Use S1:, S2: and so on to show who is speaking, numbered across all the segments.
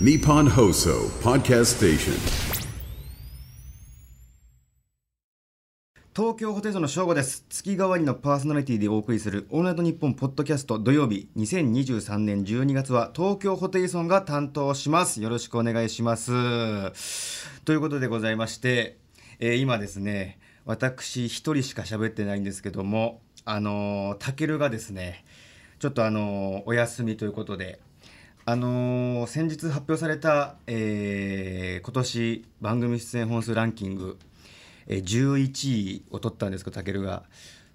S1: Nippon Hoso Podcast Station.
S2: 東京ホテイソンの正午です月替わりのパーソナリティでお送りする「オールナイトニッポン」ポッドキャスト土曜日2023年12月は東京ホテイソンが担当しますよろしくお願いしますということでございまして、えー今ですね私一人しか喋ってないんですけどもあのーたけるがですねちょっとあのーお休みということであのー先日発表された、えー今年番組出演本数ランキングえー11位を取ったんですけど、たけるが。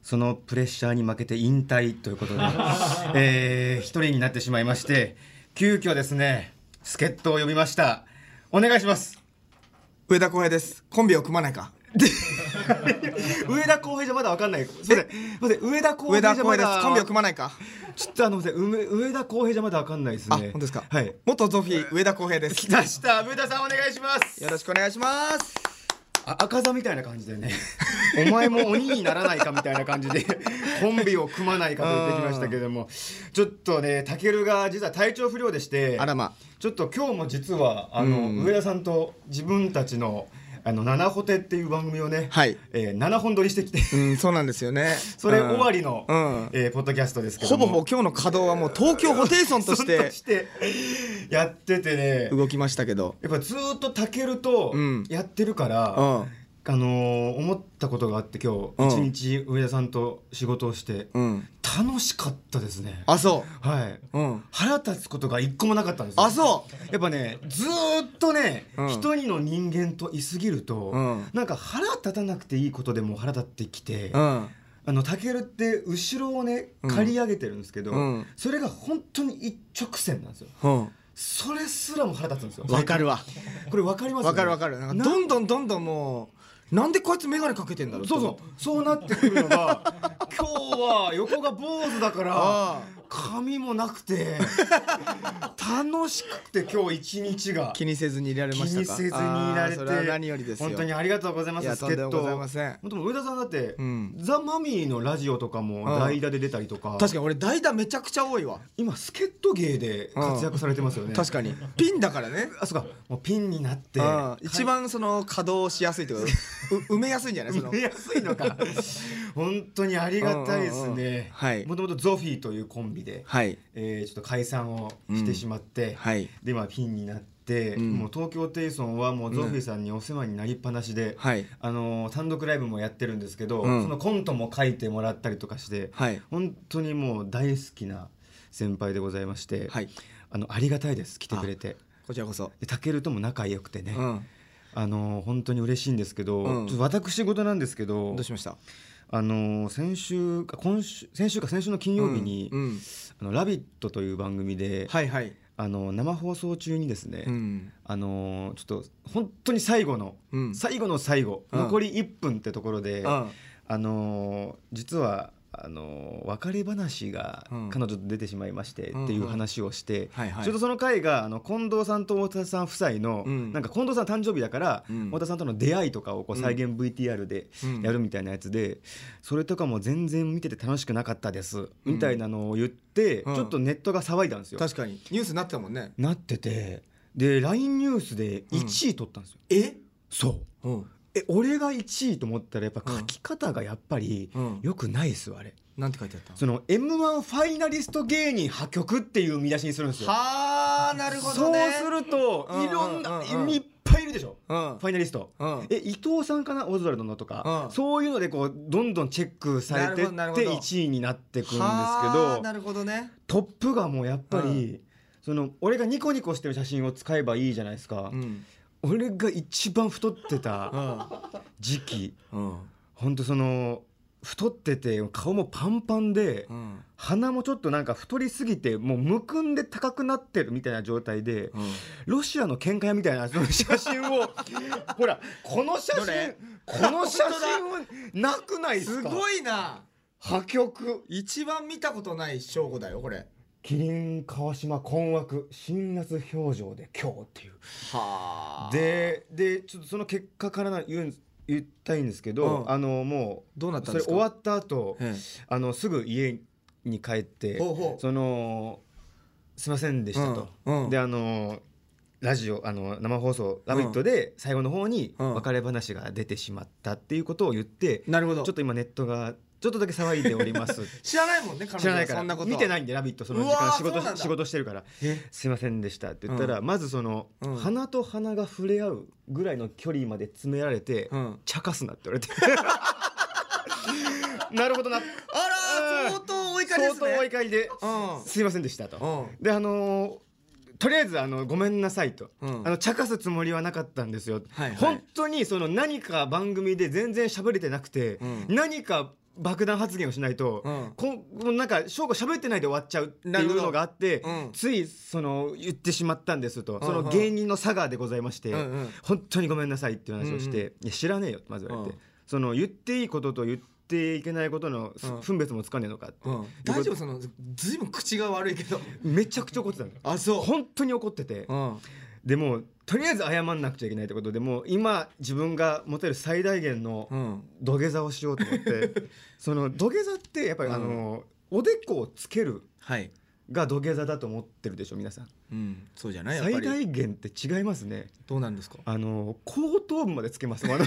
S2: そのプレッシャーに負けて引退という ことで、えー一人になってしまいまして、急遽ですね、助っ人を呼びました。お願いします。
S3: 上田光平です。コンビを組まないか。
S2: 上田浩平じゃまだわかんない。すみません。すみません。上田浩
S3: 上
S2: 平
S3: 田
S2: じゃま
S3: 光平で
S2: だ。
S3: す。コンビを組まないか。
S2: ちょっとあの、すみません。上上田浩平じゃまだわかんないですね。
S3: あ、本当ですか。
S2: はい。
S3: 元ゾフィー上田光平です。
S2: 来ました。上田さんお願いします。
S3: よろしくお願いします。
S2: あ赤座みたいな感じでね お前も鬼にならないかみたいな感じ でコンビを組まないかと言ってきましたけれどもちょっとねたけるが実は体調不良でして
S3: あらま
S2: ちょっと今日も実はあの、
S3: うん
S2: 上田さんと自分たちの「あの七ホテ」っていう番組をね、
S3: はい
S2: えー、7本撮りしてきて
S3: うん、そうなんですよね。
S2: それ
S3: うん
S2: 終わりの、
S3: うん
S2: えーポッドキャストですけ
S3: ほ
S2: ども
S3: ぼほぼ今日の稼働はもう東京ホテイソンとし
S2: そん
S3: て
S2: やっててね
S3: 動きましたけど。
S2: やっぱずーっとたけると
S3: うん
S2: やってるから、
S3: うん。
S2: あのー思ったことがあって今日
S3: うん
S2: 一、日上田さんと仕事をして、
S3: うん。
S2: 楽しかったですね
S3: あ、そ
S2: はい、
S3: う。うん。
S2: 腹立つことが一個もなかったんですよ
S3: あ、そ
S2: やっぱねずーっとね、
S3: うん
S2: 一人の人間といすぎると、
S3: うん
S2: なんか腹立たなくていいことでも腹立ってきて、
S3: う。うん。
S2: あのタケルって後ろをね
S3: うん
S2: 刈り上げてるんですけど、
S3: うん
S2: それが本当に一直線なんですよ
S3: うん。
S2: それすらも腹立つんですよ
S3: わかるわ。
S2: これわかります
S3: わかるわかる。なんかどんどんどんどんもう。なんでこいつ眼鏡かけてんだろう。
S2: そうそう。そうなってくるの が今日は横が坊主だから
S3: ああ。
S2: 髪もなくて楽しくて今日一日が
S3: 気にせずにいられ
S2: 気
S3: ました
S2: に
S3: か。
S2: せずにいられ
S3: あー
S2: て
S3: それは何よりですよ。
S2: 本当にありがとうございま
S3: いや
S2: す
S3: とんでもございません
S2: 本当もう上田さんだって、
S3: うん
S2: ザ・マミーのラジオとかも
S3: うん
S2: 代打で出たりとか、
S3: 確かに俺代打めちゃくちゃ多いわ、
S2: 今助っ人芸で活躍されてますよね、
S3: 確かにピンだからね
S2: あそうかもうピンになって
S3: うん一番その稼働しやすいってことう埋めやすいんじゃないその
S2: 見やすいのか本当にありがたいです
S3: うんうんうん
S2: ね
S3: はい
S2: もともとゾフィーというコンビで、
S3: はい
S2: えーちょっと解散をしてしまって、
S3: はい
S2: で今ピンになって、
S3: うん
S2: もう東京ホテイソンはもうゾフィーさんにお世話になりっぱなしで、
S3: はい
S2: あのー単独ライブもやってるんですけど、
S3: うん
S2: そのコントも書いてもらったりとかして、
S3: はい
S2: 本当にもう大好きな先輩でございまして、
S3: はい
S2: あのありがたいです来てくれて。
S3: こちらこそ
S2: でタケルとも仲良くてね、
S3: うん
S2: あのー本当に嬉しいんですけど、
S3: うん
S2: ちょっと私事なんですけど
S3: どうしました
S2: あのー先週か今週先週か先週の金曜日に「
S3: うんうん
S2: あのラビット!」という番組で、
S3: はいはい
S2: あのー生放送中にですね、
S3: うん
S2: あのーちょっと本当に最後の、
S3: うん
S2: 最後の最後、
S3: うん
S2: 残り1分ってところで、
S3: うん
S2: あのー実はあのー別れ話が
S3: うん
S2: 彼女と出てしまいましてっていう話をして、
S3: はいはい
S2: ちょうどその回があの近藤さんと太田さん夫妻の、
S3: うん
S2: なんか近藤さん誕生日だから、
S3: うん
S2: 太田さんとの出会いとかをこう再現 VTR で
S3: うん
S2: やるみたいなやつで、それとかも全然見てて楽しくなかったですみたいなのを言って、
S3: うん
S2: ちょっとネットが騒いだんですよ。
S3: 確かにニュースになってたもんね
S2: なっててで LINE ニュースで1位取ったんですよ。
S3: え
S2: そう
S3: うん
S2: え俺が1位と思ったらやっぱ書き方がやっぱり
S3: うん
S2: 良くないっすわあれ。
S3: なんて書いてあった
S2: その m 1ファイナリスト芸人破局っていう見出しにするんですよ。
S3: はあなるほどね
S2: そうすると
S3: うんうんうんうん
S2: いろんないっぱいいるでしょ、
S3: うん
S2: ファイナリスト。
S3: うん
S2: え伊藤さんかなオズワルドのとか、
S3: うん
S2: そういうのでこうどんどんチェックされてっ
S3: なるほ
S2: て
S3: どなるほど
S2: 1位になってくんですけ
S3: はあ
S2: ど
S3: なるほどね
S2: トップがもうやっぱり、
S3: う
S2: その俺がニコニコしてる写真を使えばいいじゃないですか、
S3: うん
S2: 俺が一番太って
S3: う
S2: た
S3: ん
S2: 時期
S3: うん
S2: ほんとその太ってて顔もパンパンで、
S3: うん
S2: 鼻もちょっとなんか太りすぎてもうむくんで高くなってるみたいな状態で、
S3: うん
S2: ロシアの喧嘩屋みたいなその写真を ほらこの写
S3: ど
S2: 真
S3: れ
S2: この写真なくないです
S3: す
S2: か
S3: ごいな
S2: 破局
S3: 一番見たことない証拠だよこれ
S2: キリン川島困惑辛辣表情で今日っていう
S3: は
S2: ででちょっとその結果からな言うん言いたいんですけど、
S3: うん
S2: あのもう
S3: どうなった
S2: そ
S3: んで
S2: れ
S3: すか
S2: 終わった後
S3: え
S2: あのすぐ家に帰って
S3: ほうほう
S2: そのすいませんでしたと、
S3: うんうん
S2: であのラジオあの生放送「ラビット!」で最後の方に
S3: うん
S2: 別れ話が出てしまったっていうことを言って、
S3: なるほど
S2: ちょっと今ネットがちょっとだけ騒いでおります
S3: 知らないもんね彼女は
S2: 知らないか
S3: そんなこ
S2: ら
S3: と
S2: 見てないんで「ラビット!」その時
S3: うわ
S2: 間
S3: ー
S2: 仕
S3: そうなん
S2: 事
S3: だ
S2: 仕事してるから
S3: え
S2: 「すいませんでした」って言ったら、まずその、
S3: うん
S2: 鼻と鼻が触れ合うぐらいの距離まで詰められて「
S3: うん
S2: 茶化すな」って言われて なるほどな
S3: あら
S2: うん
S3: 相当お怒りで
S2: 相
S3: す
S2: 当お
S3: ね
S2: 怒りで
S3: うん
S2: すいませんでしたと
S3: う。
S2: であのーとりあえずあのごめんなさいと、
S3: うん
S2: あの茶化すつもりはなかったんですよ、
S3: はいはい
S2: 本当にその何か番組で全然喋れてなくて、
S3: うん
S2: 何か爆弾発言をしないと、
S3: うん
S2: こんもうなんか翔吾喋ってないで終わっちゃうっていうのがあって、
S3: なるほどうん
S2: ついその言ってしまったんですと、
S3: ん
S2: その芸人の佐賀でございまして、
S3: うんうん
S2: 本当にごめんなさいっていう話をして、
S3: うん
S2: いや知らねえよってまず言われて、
S3: うん
S2: その言っていいことと言っていけないことの
S3: うん
S2: 分別もつかねえのかって、
S3: うん大丈夫そのずいぶん口が悪いけど
S2: めちゃくちゃ怒ってたの
S3: あそ
S2: 本当に怒ってて、
S3: ううん
S2: でもうとりあえず謝んなくちゃいけないってことでもう今自分が持てる最大限の
S3: うん
S2: 土下座をしようと思って、 その土下座ってやっぱりあの、おでこをつける
S3: はい
S2: が土下座だと思ってるでしょ皆さん
S3: うんそうじゃないやっぱ
S2: 最
S3: り
S2: 大限って違いますね
S3: どうなんですか
S2: あの後頭部までつけます あの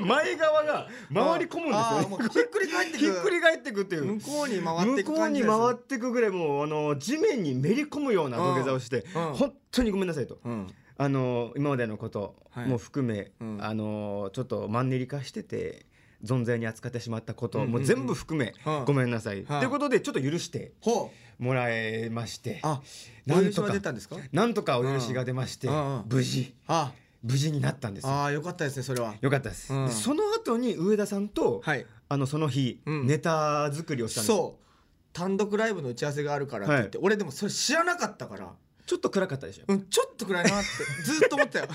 S2: 前側が回り込むん
S3: あー
S2: です
S3: も
S2: よ
S3: うひっくり返って
S2: ね
S3: く
S2: ひっくり返ってくっていう
S3: 向こうに回って
S2: 向
S3: いく
S2: こう
S3: 感じ
S2: に
S3: です
S2: 回ってくぐらいもうあの地面にめり込むような土下座をして
S3: うんうん
S2: 本当にごめんなさいと
S3: うん
S2: あの今までのこと
S3: はい
S2: も含め、
S3: うん
S2: あのちょっとマンネリ化してて存在に扱ってしまったこと
S3: うんうんう
S2: も
S3: ん
S2: 全部含め、
S3: うん
S2: ごめんなさい、
S3: はい
S2: ということでちょっと許して
S3: ほう
S2: もらえまして
S3: あ
S2: なんとか
S3: お許しは出たんですか
S2: なんとかお許しが出まして、
S3: うんうんうん
S2: 無事
S3: あ
S2: 無事になったんですよ
S3: あーよかったですねそれは
S2: よかったです、
S3: うん
S2: でその後に上田さんと、
S3: はい
S2: あのその日、
S3: うん
S2: ネタ作りをしたんです
S3: そう単独ライブの打ち合わせがあるからって言って、俺でもそれ知らなかったから、
S2: ちょっと暗かったでしょ、
S3: うん、ちょっと暗いなって ずーっと思ったよ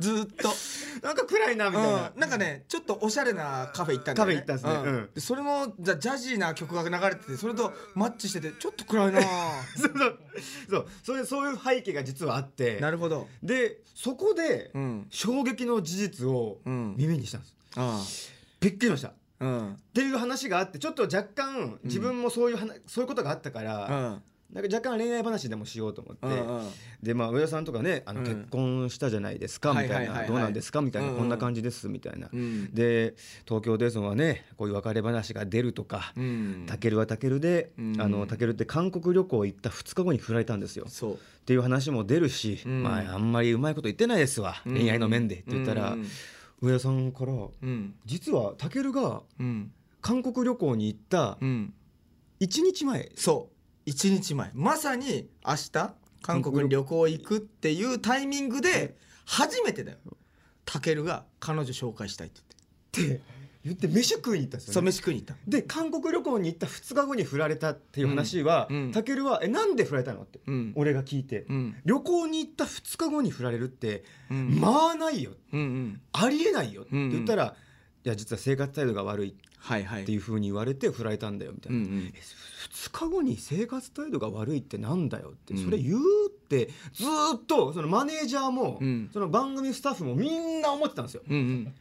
S3: ずーっと、
S2: なんか暗いなみたいな、
S3: うん、なんかねちょっとおしゃれなカフェ行ったんだよ
S2: カフェ
S3: ね
S2: 行ったんですねうん
S3: それもじゃジャジーな曲が流れててそれとマッチしててちょっと暗 いな
S2: そうそうそうそういうそういう背景が実はあって
S3: なるほど
S2: でそこで、
S3: うん
S2: 衝撃の事実を
S3: うん
S2: 耳にしたんです、
S3: あ
S2: びっくりしましたっ
S3: あうん
S2: ていう話があってちょっと若干自分もそういう話、そういうことがあったか
S3: う
S2: ら、
S3: ん
S2: なんか若干恋愛話でもしようと思って、
S3: うんうん
S2: でまあ上田さんとかねあの
S3: うん
S2: 結婚したじゃないですか、み
S3: は
S2: たいな、
S3: いはいはいはい
S2: どうなんですかみたいな、
S3: うんうん
S2: こんな感じですみたいな、
S3: うん
S2: で東京デーソンはねこういう別れ話が出るとか、
S3: うん
S2: タケルはタケルで、
S3: うん
S2: あのタケルって韓国旅行行った2日後に振られたんですよ。
S3: そう
S2: っていう話も出るし、
S3: うん
S2: まああんまりうまいこと言ってないですわ、
S3: うん
S2: 恋愛の面でって言ったら、
S3: うん
S2: 上田さんから
S3: うん
S2: 実はタケルが
S3: うん
S2: 韓国旅行に行った
S3: うん
S2: 1日前
S3: そう1日前まさに明日韓国に旅行行くっていうタイミングで初めてだよタケルが彼女紹介したいって
S2: って言って飯食いに行ったんで
S3: 言って
S2: す
S3: そ
S2: よ、
S3: う
S2: ね、
S3: 飯食いに行った
S2: で韓国旅行に行った2日後に振られたっていう話は、
S3: うんうん
S2: タケルは「えなんで振られたの?」って、
S3: うん
S2: 俺が聞いて、
S3: うん
S2: 旅行に行った2日後に振られるって、
S3: うん
S2: まあないよ
S3: うんうん
S2: ありえないよって
S3: うんうん
S2: 言ったら、いや実は生活態度が悪いっ
S3: はいはい
S2: ていうふうに言われて振られたんだよみたいな
S3: うんう。ん
S2: 2日後に生活態度が悪いってなんだよって、
S3: うん
S2: それ言うってずーっとそのマネージャーも、
S3: うん
S2: その番組スタッフもみんな思ってたんですよ
S3: うんうん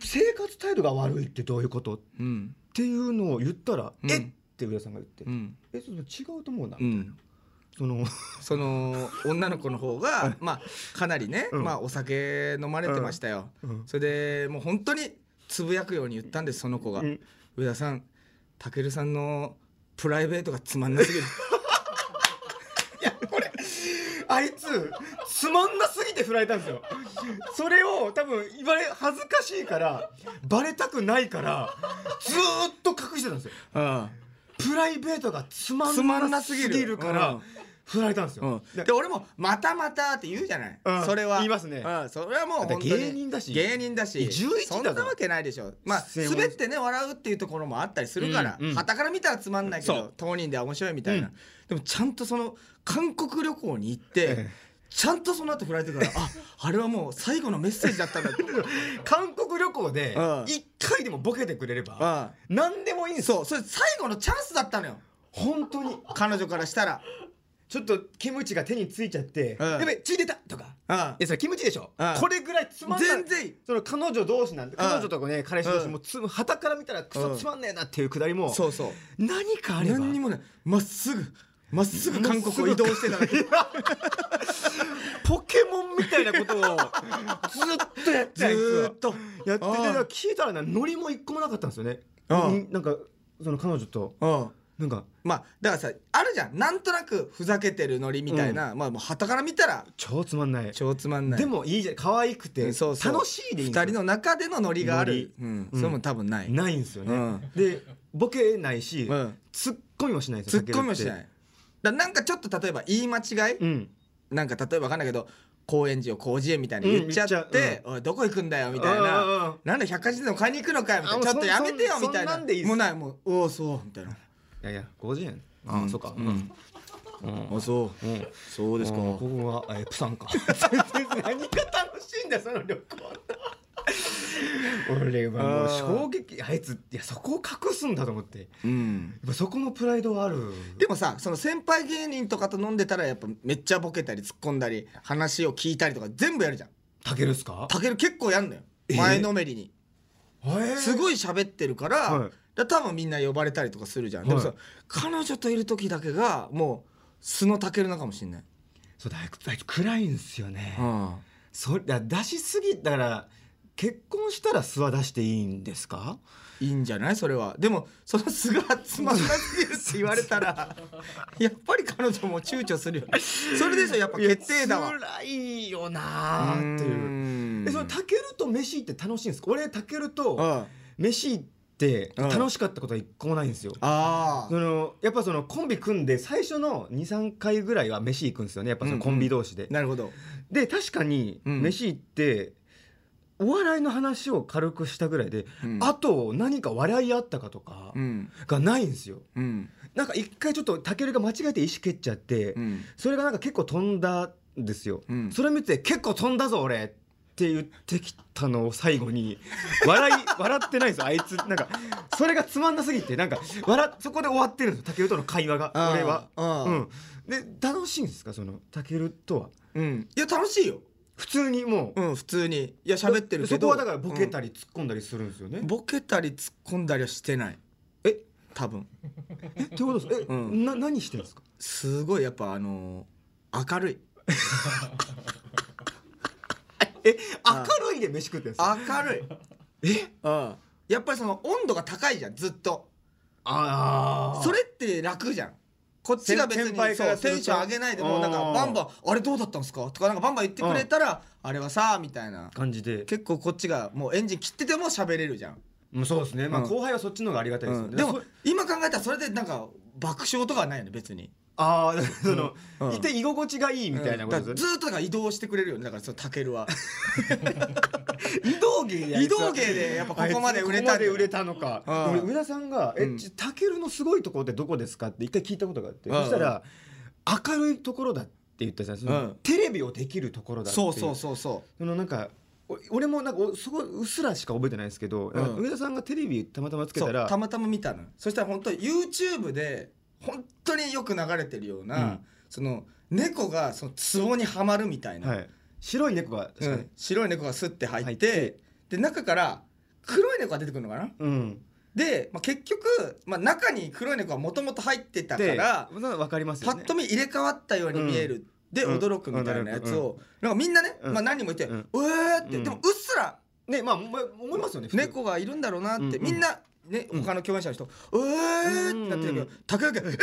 S2: 生活態度が悪いってどういうことっ
S3: うん
S2: ていうのを言ったら、
S3: うん
S2: えっって上田さんが言って、
S3: うん
S2: えその違うと思うな、
S3: うん
S2: その
S3: その女の子の方がまあかなりね、
S2: うん
S3: まあお酒飲まれてましたよ、
S2: うんうん
S3: それでもう本当につぶやくように言ったんですその子が、
S2: うん
S3: 上田さんたけるさんのプライベートがつまんなすぎる
S2: あいつつまんなすぎて振られたんですよそれを多分言われ恥ずかしいからバレたくないからずーっと隠してたんですよ
S3: あ
S2: プライベートがつま
S3: つまん
S2: ん
S3: な
S2: な
S3: す
S2: す
S3: ぎ
S2: ぎ
S3: る
S2: るから、
S3: うん
S2: 振られたんです
S3: う
S2: よ
S3: ん、、
S2: で
S3: で俺も「またまた」って言うじゃない、
S2: うん
S3: それは
S2: 言いますね
S3: うん、それはもう
S2: だって
S3: 本当に
S2: 芸人だし
S3: 芸人だし
S2: 11
S3: そんな
S2: だぞ
S3: わけないでしょまあ
S2: 専門
S3: 滑ってね笑うっていうところもあったりするから
S2: うんうん
S3: 傍から見たらつまんないけ
S2: そ
S3: ど
S2: う
S3: 当人では面白いみたいな、
S2: うん
S3: でもちゃんとその韓国旅行に行って、
S2: ええ
S3: ちゃんとその後振られてからああれはもう最後のメッセージだったんだって
S2: 韓国旅行で
S3: うん
S2: 一回でもボケてくれれば何でもいいんですよ
S3: そうそれ最後のチャンスだったのよ
S2: 本当に
S3: 彼女からしたら
S2: ちょっとキムチが手についちゃって「
S3: うん
S2: やべついてた!」とか「
S3: うん
S2: いやそれキムチでしょ
S3: うん
S2: これぐらいつまんない
S3: 全然いい
S2: その彼女同士なんで
S3: うん
S2: 彼女とかね彼氏同
S3: う
S2: 士
S3: ん
S2: もつはたから見たらク
S3: うん
S2: ソつまんねえなっていうくだりも
S3: そうそう
S2: 何かあれば
S3: 何 にもないまっすぐまっすぐ韓国を移動してただけ
S2: ポポケモンみたいなことをずっとやって
S3: ず
S2: たんです
S3: ー
S2: よ
S3: っと
S2: やってて
S3: ああ
S2: だから聞いたらなノリも一個もなかったんですよね
S3: ああ
S2: になんかその彼女と
S3: う
S2: な
S3: ん
S2: んか
S3: まあだからさあるじゃんなんとなくふざけてるノリみたいな、まあもうはたから見たら
S2: 超つまんない
S3: 超つまんない
S2: でもいいじゃん可愛くて
S3: うんそうそう
S2: 楽しいでいいんですよ
S3: 二人の中でのノリがある、うん、
S2: うん
S3: それも多分ない、
S2: ないんですよね、
S3: うん
S2: でボケないし、
S3: うん
S2: ツッコミもしないんです
S3: ツ
S2: よ
S3: ッコミもしないだからなんかちょっと例えば言い間違い、
S2: 叫んでて
S3: なんか例えば分かんないけど高円寺を広辞苑みたいに言っちゃって
S2: うん言っちゃ、
S3: おいどこ行くんだよみ
S2: うん
S3: たい
S2: うん
S3: な
S2: うんうん
S3: なんで百科事典を買いに行くのかよみたいなち
S2: あ
S3: ょっと
S2: そん
S3: やめてよ
S2: そん
S3: みたいな
S2: そんなんでいいっす
S3: もうないもうおおそうみたいない
S2: やいや50円あ、
S3: うん
S2: そうか、
S3: うんあそう
S2: うん
S3: そうですか
S2: ここはえープサ ンか何が楽しいんだよその旅行俺はもう衝撃あいついやそこを隠すんだと思ってやっ
S3: うん
S2: ぱそこのプライドはある
S3: でもさその先輩芸人とかと飲んでたらやっぱめっちゃボケたり突っ込んだり話を聞いたりとか全部やるじゃん
S2: タケルっすか
S3: たける結構やんのよ
S2: え
S3: 前のめりに
S2: えー
S3: すごい喋ってるから,、
S2: はい
S3: だから多分みんな呼ばれたりとかするじゃん、でもさ
S2: はい
S3: 彼女といる時だけがもう素のたけるのかもしれない、
S2: そうだいぶあいつ暗いんすよね、
S3: うん
S2: それだ出しすぎたら結婚したら素は出していいんですか
S3: いいんじゃないそれはでもその素がつまんなすぎるって言われたらやっぱり彼女も躊躇するよねそれでしょやっぱ決定だわ
S2: 辛いよなーっていうえそのタケルと飯って楽しいんですか俺タケルと
S3: あ
S2: 飯行って
S3: うん
S2: 楽しかったことは一個もないんですよ
S3: あ
S2: そのやっぱそのコンビ組んで最初の23回ぐらいは飯行くんですよねやっぱそのコンビ同士で、
S3: なるほど
S2: で確かに
S3: うん
S2: 飯行って、お笑いの話を軽くしたぐらいで、
S3: うん
S2: あと何か笑いあったかとか
S3: うん
S2: がないんですよ
S3: うん
S2: なんか一回ちょっとタケルが間違えて石蹴っちゃって、
S3: うん
S2: それがなんか結構飛んだんですよ、
S3: うん
S2: それ見て「結構飛んだぞ俺」って言ってきたのを最後に 笑い笑ってないんですよあいつなんかそれがつまんなすぎてなんか笑っそこで終わってるんですよタケルとの会話が
S3: あー
S2: 俺は
S3: あー
S2: うんで楽しいんですかそのタケルとは
S3: うんいや楽しいよ
S2: 普通にもう、
S3: うん普通にいや喋ってるけど
S2: そこはだからボケた
S3: り、
S2: り突っ込んだりするんですよね、
S3: ボケたり突っ込んだりはしてない
S2: え
S3: 多分
S2: えということですえ、
S3: うん
S2: な何してるんですか
S3: すごいやっぱあのー明るい
S2: え明るいで飯食ってるんですか
S3: 明るい えうんやっぱりその温度が高いじゃんずっと
S2: あ
S3: それって楽じゃんこっちが別に
S2: 先輩か
S3: そ
S2: ら
S3: う
S2: すると
S3: テンション上げないでもうなんか
S2: あー
S3: バンバン「あれどうだったんですか?」とかなんかバンバン言ってくれたら「あれはさ」みたいな
S2: 感じで
S3: 結構こっちがもうエンジン切ってても喋れるじゃん、
S2: もうそうですね、まあ、
S3: うん
S2: 後輩はそっちの方がありがたいですよ
S3: うん
S2: ね、
S3: でも
S2: そ
S3: 今考えたらそれでなんか爆笑とかはないよね別に
S2: ああ その、
S3: うん
S2: いて居心地がいいみたいなこと
S3: うんだから
S2: ですよね、
S3: ずっとだから移動してくれるよねだからそのタケルは
S2: 移動芸や
S3: 移動芸でやっぱここまで売れ
S2: あ
S3: たん
S2: いつここま
S3: だ
S2: で
S3: よ
S2: 売れたのか
S3: うん
S2: でも上田さんが「え
S3: うん
S2: ちタケルのすごいところってどこですか?」って一回聞いたことがあって
S3: うん
S2: そしたら「明るいところだ」って言ったじゃんその、
S3: うん
S2: テレビをできるところだってい
S3: そうそうそうそう
S2: そのなんかお俺もなんかおそこうっすらしか覚えてないですけど、なんか上田さんがテレビたまたまつけ
S3: そ
S2: た
S3: う
S2: ら
S3: たまたま見たのそしたら本当に YouTube で本当によく流れてるような、
S2: うん
S3: その猫がその壺にはまるみたいな、
S2: はい、白い猫が確
S3: う
S2: か
S3: ん
S2: に、
S3: 白い猫がスッて入って
S2: 入って
S3: で中から黒い猫が出てくるのかな
S2: うん、
S3: で、まあ、結局、まあ、中に黒い猫がもともと入ってたか
S2: で
S3: ら、
S2: 分かります
S3: パ
S2: よね
S3: ッと見入れ替わったように見える、で
S2: うん
S3: 驚くみたいなやつを、なんかみんなね、
S2: うん
S3: まあ、何人もいて「
S2: うん
S3: うえー!」って、
S2: うん
S3: でもうっすら
S2: ねまあ思い思いますよね普通
S3: 猫がいるんだろうなって、
S2: うんうん
S3: みんな、ね、
S2: うん
S3: 他の共演者の人「うえー!」ってなってるけど、
S2: うん
S3: 竹内が「えー!」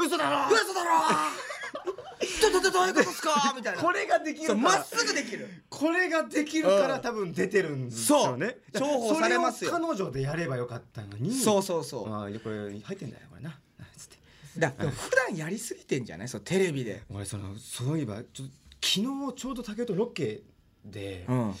S2: 嘘だろ
S3: 嘘だろーどどどどういうことっす かみたいな
S2: これができる
S3: そう
S2: か
S3: まっ
S2: ら
S3: すぐできる
S2: これができるから
S3: うん
S2: 多分出てるんですよね
S3: そう重宝されますよ
S2: それを彼女でやればよかったのに
S3: そうそうそう
S2: ああこれ入ってんだよこれななんつって
S3: だから普段やりすぎてんじゃないそうテレビで、
S2: 俺そのそういえばちょっと昨日ちょうど竹とロケで、
S3: ん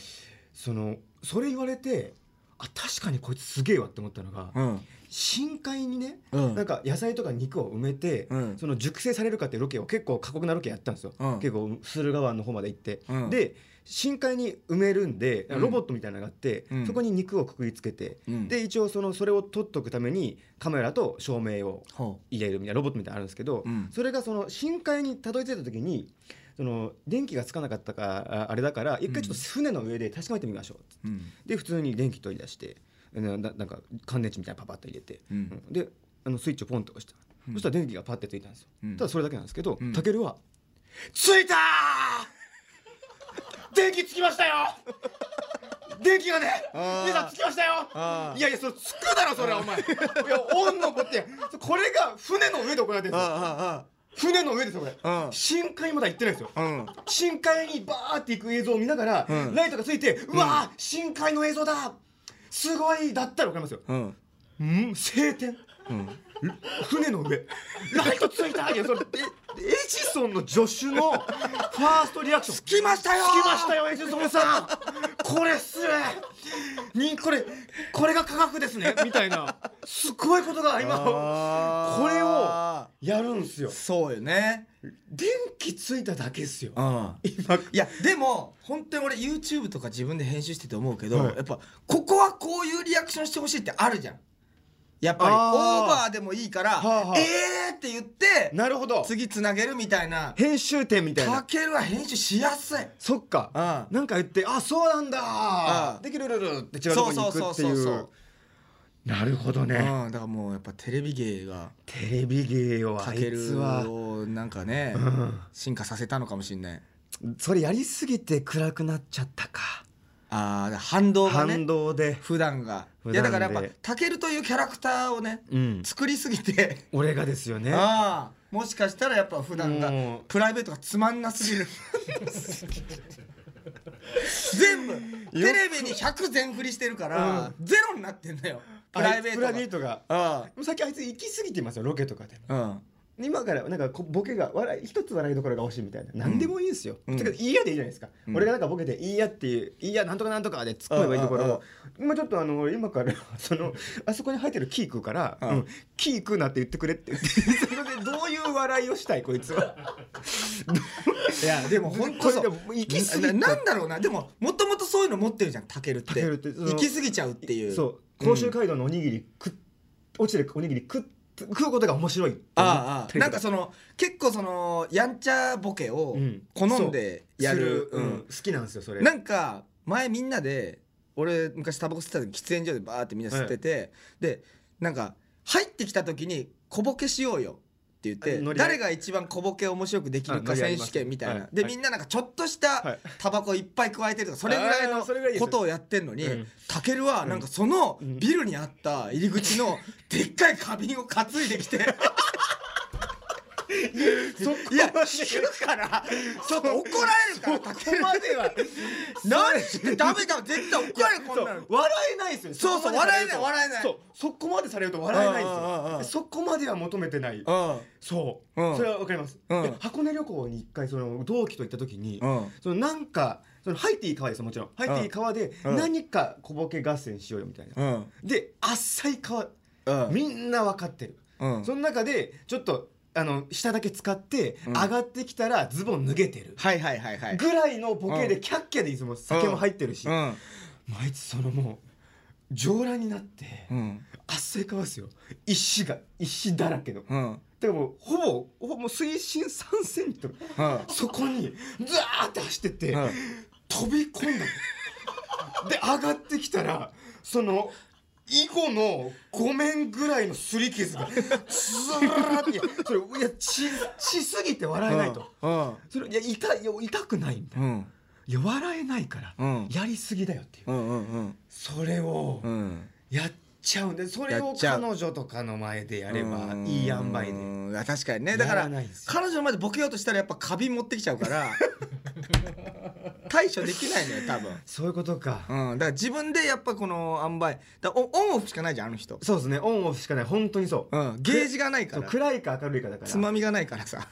S2: そのそれ言われてあ確かにこいつすげえわって思ったのが、
S3: うん、
S2: 深海にね、
S3: うん
S2: なんか野菜とか肉を埋めて、
S3: うん
S2: その熟成されるかっていうロケを結構過酷なロケやったんですよ、
S3: うん
S2: 結構駿河湾の方まで行って、
S3: うん
S2: で深海に埋めるんで
S3: うん
S2: ロボットみたいなのがあって、
S3: うん
S2: そこに肉をくくりつけて、
S3: うん
S2: で一応そのそれを取っとくためにカメラと照明を
S3: ほ
S2: 入れるみたいなロボットみたいなのあるんですけど、
S3: うん
S2: それがその深海にたどり着いた時にその電気がつかなかったからああれだから一回ちょっと船の上で確かめてみましょうっつって
S3: う、うん、
S2: で普通に電気取り出してなななんか乾電池みたいなのパパッと入れて、
S3: うん
S2: うんであのスイッチをポンと押した、
S3: うん
S2: そしたら電気がパッてついたんですよ、
S3: うん
S2: ただそれだけなんですけど、
S3: うん
S2: タケルは着いたー電気つきましたよ電気がね
S3: あー
S2: 皆さんつきましたよ
S3: あー
S2: いやいやそれつくだろそれはお前いやオンのボってこれが船の上で行われてるんですよ
S3: あ
S2: 船の上ですよこれ
S3: あー
S2: 深海まだ行ってないんですよ
S3: あうん
S2: 深海にバーって行く映像を見ながら、
S3: うん
S2: ライトがついてうわー、深海の映像だすごいだったら分かりますよ
S3: うん
S2: うん晴天、船の上ライトついたいやそれえエジソンの助手のファーストリアクション
S3: 来ましたよー
S2: つきましたよエジソンさんこれっすねにこれこれが科学ですねみたいなすごいことが今
S3: あー
S2: これをやるんすよ
S3: そうよね
S2: 電気ついただけっすよ
S3: うんいやでも本当に俺 YouTube とか自分で編集してて思うけど、
S2: はい
S3: やっぱここはこういうリアクションしてほしいってあるじゃんやっぱりオ
S2: あー
S3: ーバーでもいいから
S2: は
S3: 「
S2: あはあ
S3: えー!」って言って
S2: なるほど
S3: 次つなげるみたいな
S2: 編集点みたい
S3: た
S2: な
S3: けるは編集しやすい
S2: そっか
S3: あ
S2: なんか言ってあそうなんだ
S3: あ
S2: できるるるって違うとこに行くっていうなるほど
S3: う
S2: ね
S3: ん、だからもうやっぱテレビ芸が
S2: テレビ芸を
S3: た
S2: あ
S3: け
S2: いつ
S3: る
S2: は
S3: をなんかね、
S2: ん
S3: 進化させたのかもしれない
S2: それやりすぎて暗くなっちゃったか
S3: あー反動がね
S2: 反動で
S3: 普段が
S2: 普段
S3: い
S2: で
S3: やだからやっぱたけるというキャラクターをね、
S2: うん
S3: 作りすぎて
S2: 俺がですよね
S3: ああもしかしたらやっぱ普段が
S2: もう
S3: プライベートがつまんなすぎ る全部テレビに100全振りしてるから、ゼロになってんだよプライベートが
S2: あいプライベートが
S3: あ
S2: もうさっきあいつ行き過ぎてますよロケとかで
S3: あうん
S2: 今からなんかこボケが笑い一つ笑いどころが欲しいみたいな何でもいいんですよ、
S3: うん
S2: てかいいやでいいじゃないですか、
S3: うん
S2: 俺がなんかボケて「いいや」っていう「いいやなんとかなんとか」で突っ込めばいいところ
S3: うんうんうん
S2: を今ちょっとあの俺今からそのあそこに入ってる木食うから「
S3: うん
S2: うん、木食うな」って言ってくれって言ってそれでどういう笑いをしたいこいつは
S3: いやでも本
S2: こ
S3: 当
S2: れ
S3: そ
S2: で
S3: う
S2: も行き過ぎ
S3: な
S2: た
S3: なんだろうなでももともとそういうの持ってるじゃんタケルって
S2: タケルってその
S3: 行き過ぎちゃうっていう
S2: そう
S3: うん
S2: 甲州街道のおにぎり食っ落ちてるおにぎり食っ食うことが面白いって思
S3: あああ
S2: ったりと
S3: あなんかその結構そのやんちゃボケを
S2: うん
S3: 好んでやる、
S2: するうん
S3: うん
S2: 好きなんですよそれ
S3: なんか前みんなで俺昔タバコ吸ってた時喫煙所でバーってみんな吸ってて、でなんか入ってきた時に小ボケしようよって言っ
S2: あ
S3: て
S2: ノリで
S3: 誰が一番小ボケ面白くできる
S2: あノ
S3: か
S2: リあり
S3: 選
S2: ま
S3: 手
S2: す
S3: 権みたいな、
S2: はい
S3: で
S2: はい
S3: みんななんかちょっとし
S2: は
S3: た
S2: い
S3: タバコいっぱい加えてるとかそれぐらい
S2: あーそれぐらい
S3: の
S2: です
S3: ことをやってんのに
S2: うん
S3: タケルはなんかそのビルにあった入り口のでっかい花瓶を担いできて。
S2: そこ
S3: いや聞くからちょっと怒られるからタケル
S2: までは
S3: 何してダメだ絶対怒られるこんなの
S2: そう笑えないですよね
S3: そうそう
S2: こまでされると
S3: 笑え
S2: そうそこまでされると笑えな
S3: ない笑えない
S2: いんです
S3: あああああ
S2: よ
S3: あ
S2: そこまでは求めてないそう、
S3: うん
S2: それはわかります、
S3: うん
S2: で箱根旅行に一回その同期と行った時に、
S3: うん
S2: そのなんかその入っていい川ですよもちろん入っていい川で
S3: うん
S2: 何か小ボケ合戦しようよみたいな、
S3: うん
S2: で浅い川
S3: うん
S2: みんな分かってる、
S3: うん
S2: その中でちょっとあの下だけ使って、
S3: うん
S2: 上がってきたらズボン脱げてる、
S3: はいはいはいはい
S2: ぐらいのボケ
S3: う
S2: でキャッキャでいいですもん酒も入ってるし、
S3: うん
S2: もうあいつそのもう上裸になって
S3: うん
S2: 圧いかわすよ石が石だらけのだか
S3: うん
S2: らもうほぼほぼもう水深3センチとか
S3: うん
S2: そこにザーって走ってって、
S3: うん
S2: 飛び込んだので上がってきたらその囲碁の5面ぐらいのすり傷がずらーっていやそれいや血血すぎて笑えないと、
S3: うん
S2: それいや痛いいや痛くないみたいな、
S3: うん
S2: いや笑えないから、
S3: うん
S2: やりすぎだよっていう、
S3: うんうん
S2: それを、
S3: うん
S2: やっちゃうんでそれ
S3: や
S2: を
S3: っちゃう
S2: 彼女とかの前でやればいい塩梅で
S3: うんいや確かにねだから
S2: やらないんですよ
S3: 彼女の前でボケようとしたらやっぱ花瓶持ってきちゃうから対処できないのよ多分
S2: そういうことか、
S3: うんだから自分でやっぱこの塩梅だからオンオンオフしかないじゃんあの人
S2: そうですねオンオフしかない本当にそう,、
S3: うんゲージがないか
S2: そう
S3: ら
S2: 暗いか明るいかだから
S3: つまみがないからさ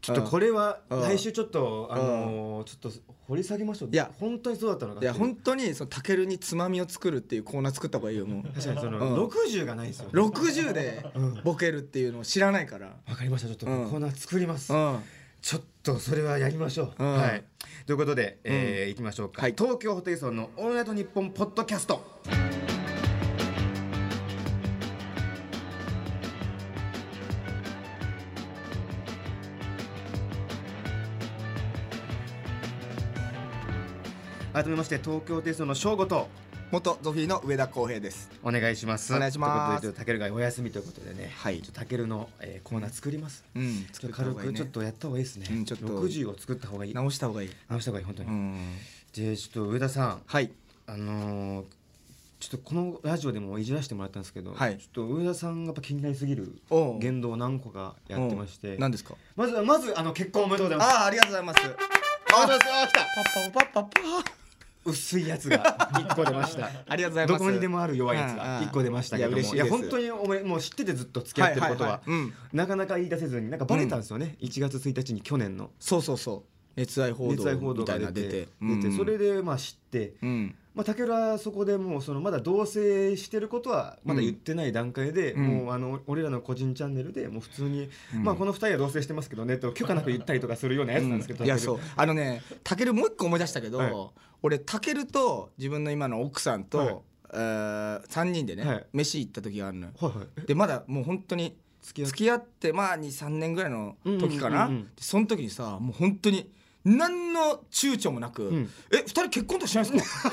S2: ちょっとこれは
S3: うん
S2: 来週ちょっとあのーちょっと掘り下げましょう
S3: いや
S2: 本当にそうだったのか
S3: いや本当にそのタケルにつまみを作るっていうコーナー作った方がいいよもう
S2: 確かにその、
S3: うん
S2: 60がないですよね
S3: 60でボケるっていうのを知らないから
S2: わかりましたちょっとコ
S3: うん
S2: ーナー作ります、
S3: うん
S2: ちょっとそれはやりましょう、
S3: うん
S2: はいということで、えーいきましょうか、
S3: はい
S2: 東京ホテイソンの「オールナイトニッポン」ポッドキャスト改めまして東京ホテイソンの翔吾と
S3: 元ゾフィーの上田康平です
S2: お願いします
S3: お願いします
S2: ということでちょっとタケルがお休みということでね
S3: はい
S2: ちょっとタケルの、えーコーナー作ります
S3: うん
S2: ちょっと軽くちょっとやった方がいいですね、
S3: うんちょっと
S2: 60を作った方がいい
S3: 直した方がいい
S2: 直した方がいい本当に、
S3: うん
S2: でちょっと上田さん
S3: はい
S2: あのーちょっとこのラジオでもいじらせてもらったんですけど、
S3: はい
S2: ちょっと上田さんがやっぱ気になりすぎる
S3: おう
S2: 言動を何個かやってまして
S3: 何ですか
S2: まずまずあの結婚おめでとうございます
S3: ああありがとうございます
S2: ありがとうございますあー来た
S3: パッパパッパパ
S2: 薄いや つが1個出ました
S3: ありがとうございます
S2: どこにでもある弱いやつ
S3: うんう
S2: が
S3: ん
S2: 1個出ましたけども
S3: いや嬉しいです
S2: 本当におめもう知っててずっと付き合ってることは,、
S3: いいいうん
S2: なかなか言い出せずになんかバレたんですよね、1月1日に去年の
S3: そうそうそう熱愛報
S2: 熱愛報
S3: 道
S2: 道
S3: みた
S2: が
S3: い
S2: 出
S3: な
S2: て
S3: の出て
S2: 出て
S3: うん
S2: それでまあ知って、
S3: うん
S2: まあ、武田はそこでもうそのまだ同棲してることはまだ言ってない段階で、
S3: うん
S2: もうあの俺らの個人チャンネルでもう普通に、
S3: うん
S2: まあこの2人は同棲してますけどねと許可なく言ったりとかするようなやつなんですけど、
S3: うんいや
S2: 武田
S3: そうあのねたけるもう一個思い出したけど、
S2: はい
S3: 俺たけると自分の今の奥さんと、
S2: はい
S3: えー、3人でね、
S2: はい
S3: 飯行った時があるのよ
S2: はいはい
S3: でまだもう本当に
S2: 付き合っ
S3: 付き合ってまあ23年ぐらいの時かな、
S2: うんうんうんうん
S3: でその時にさもう本当に何の躊躇もなく「
S2: ん
S3: え二人結婚とかしないんです か?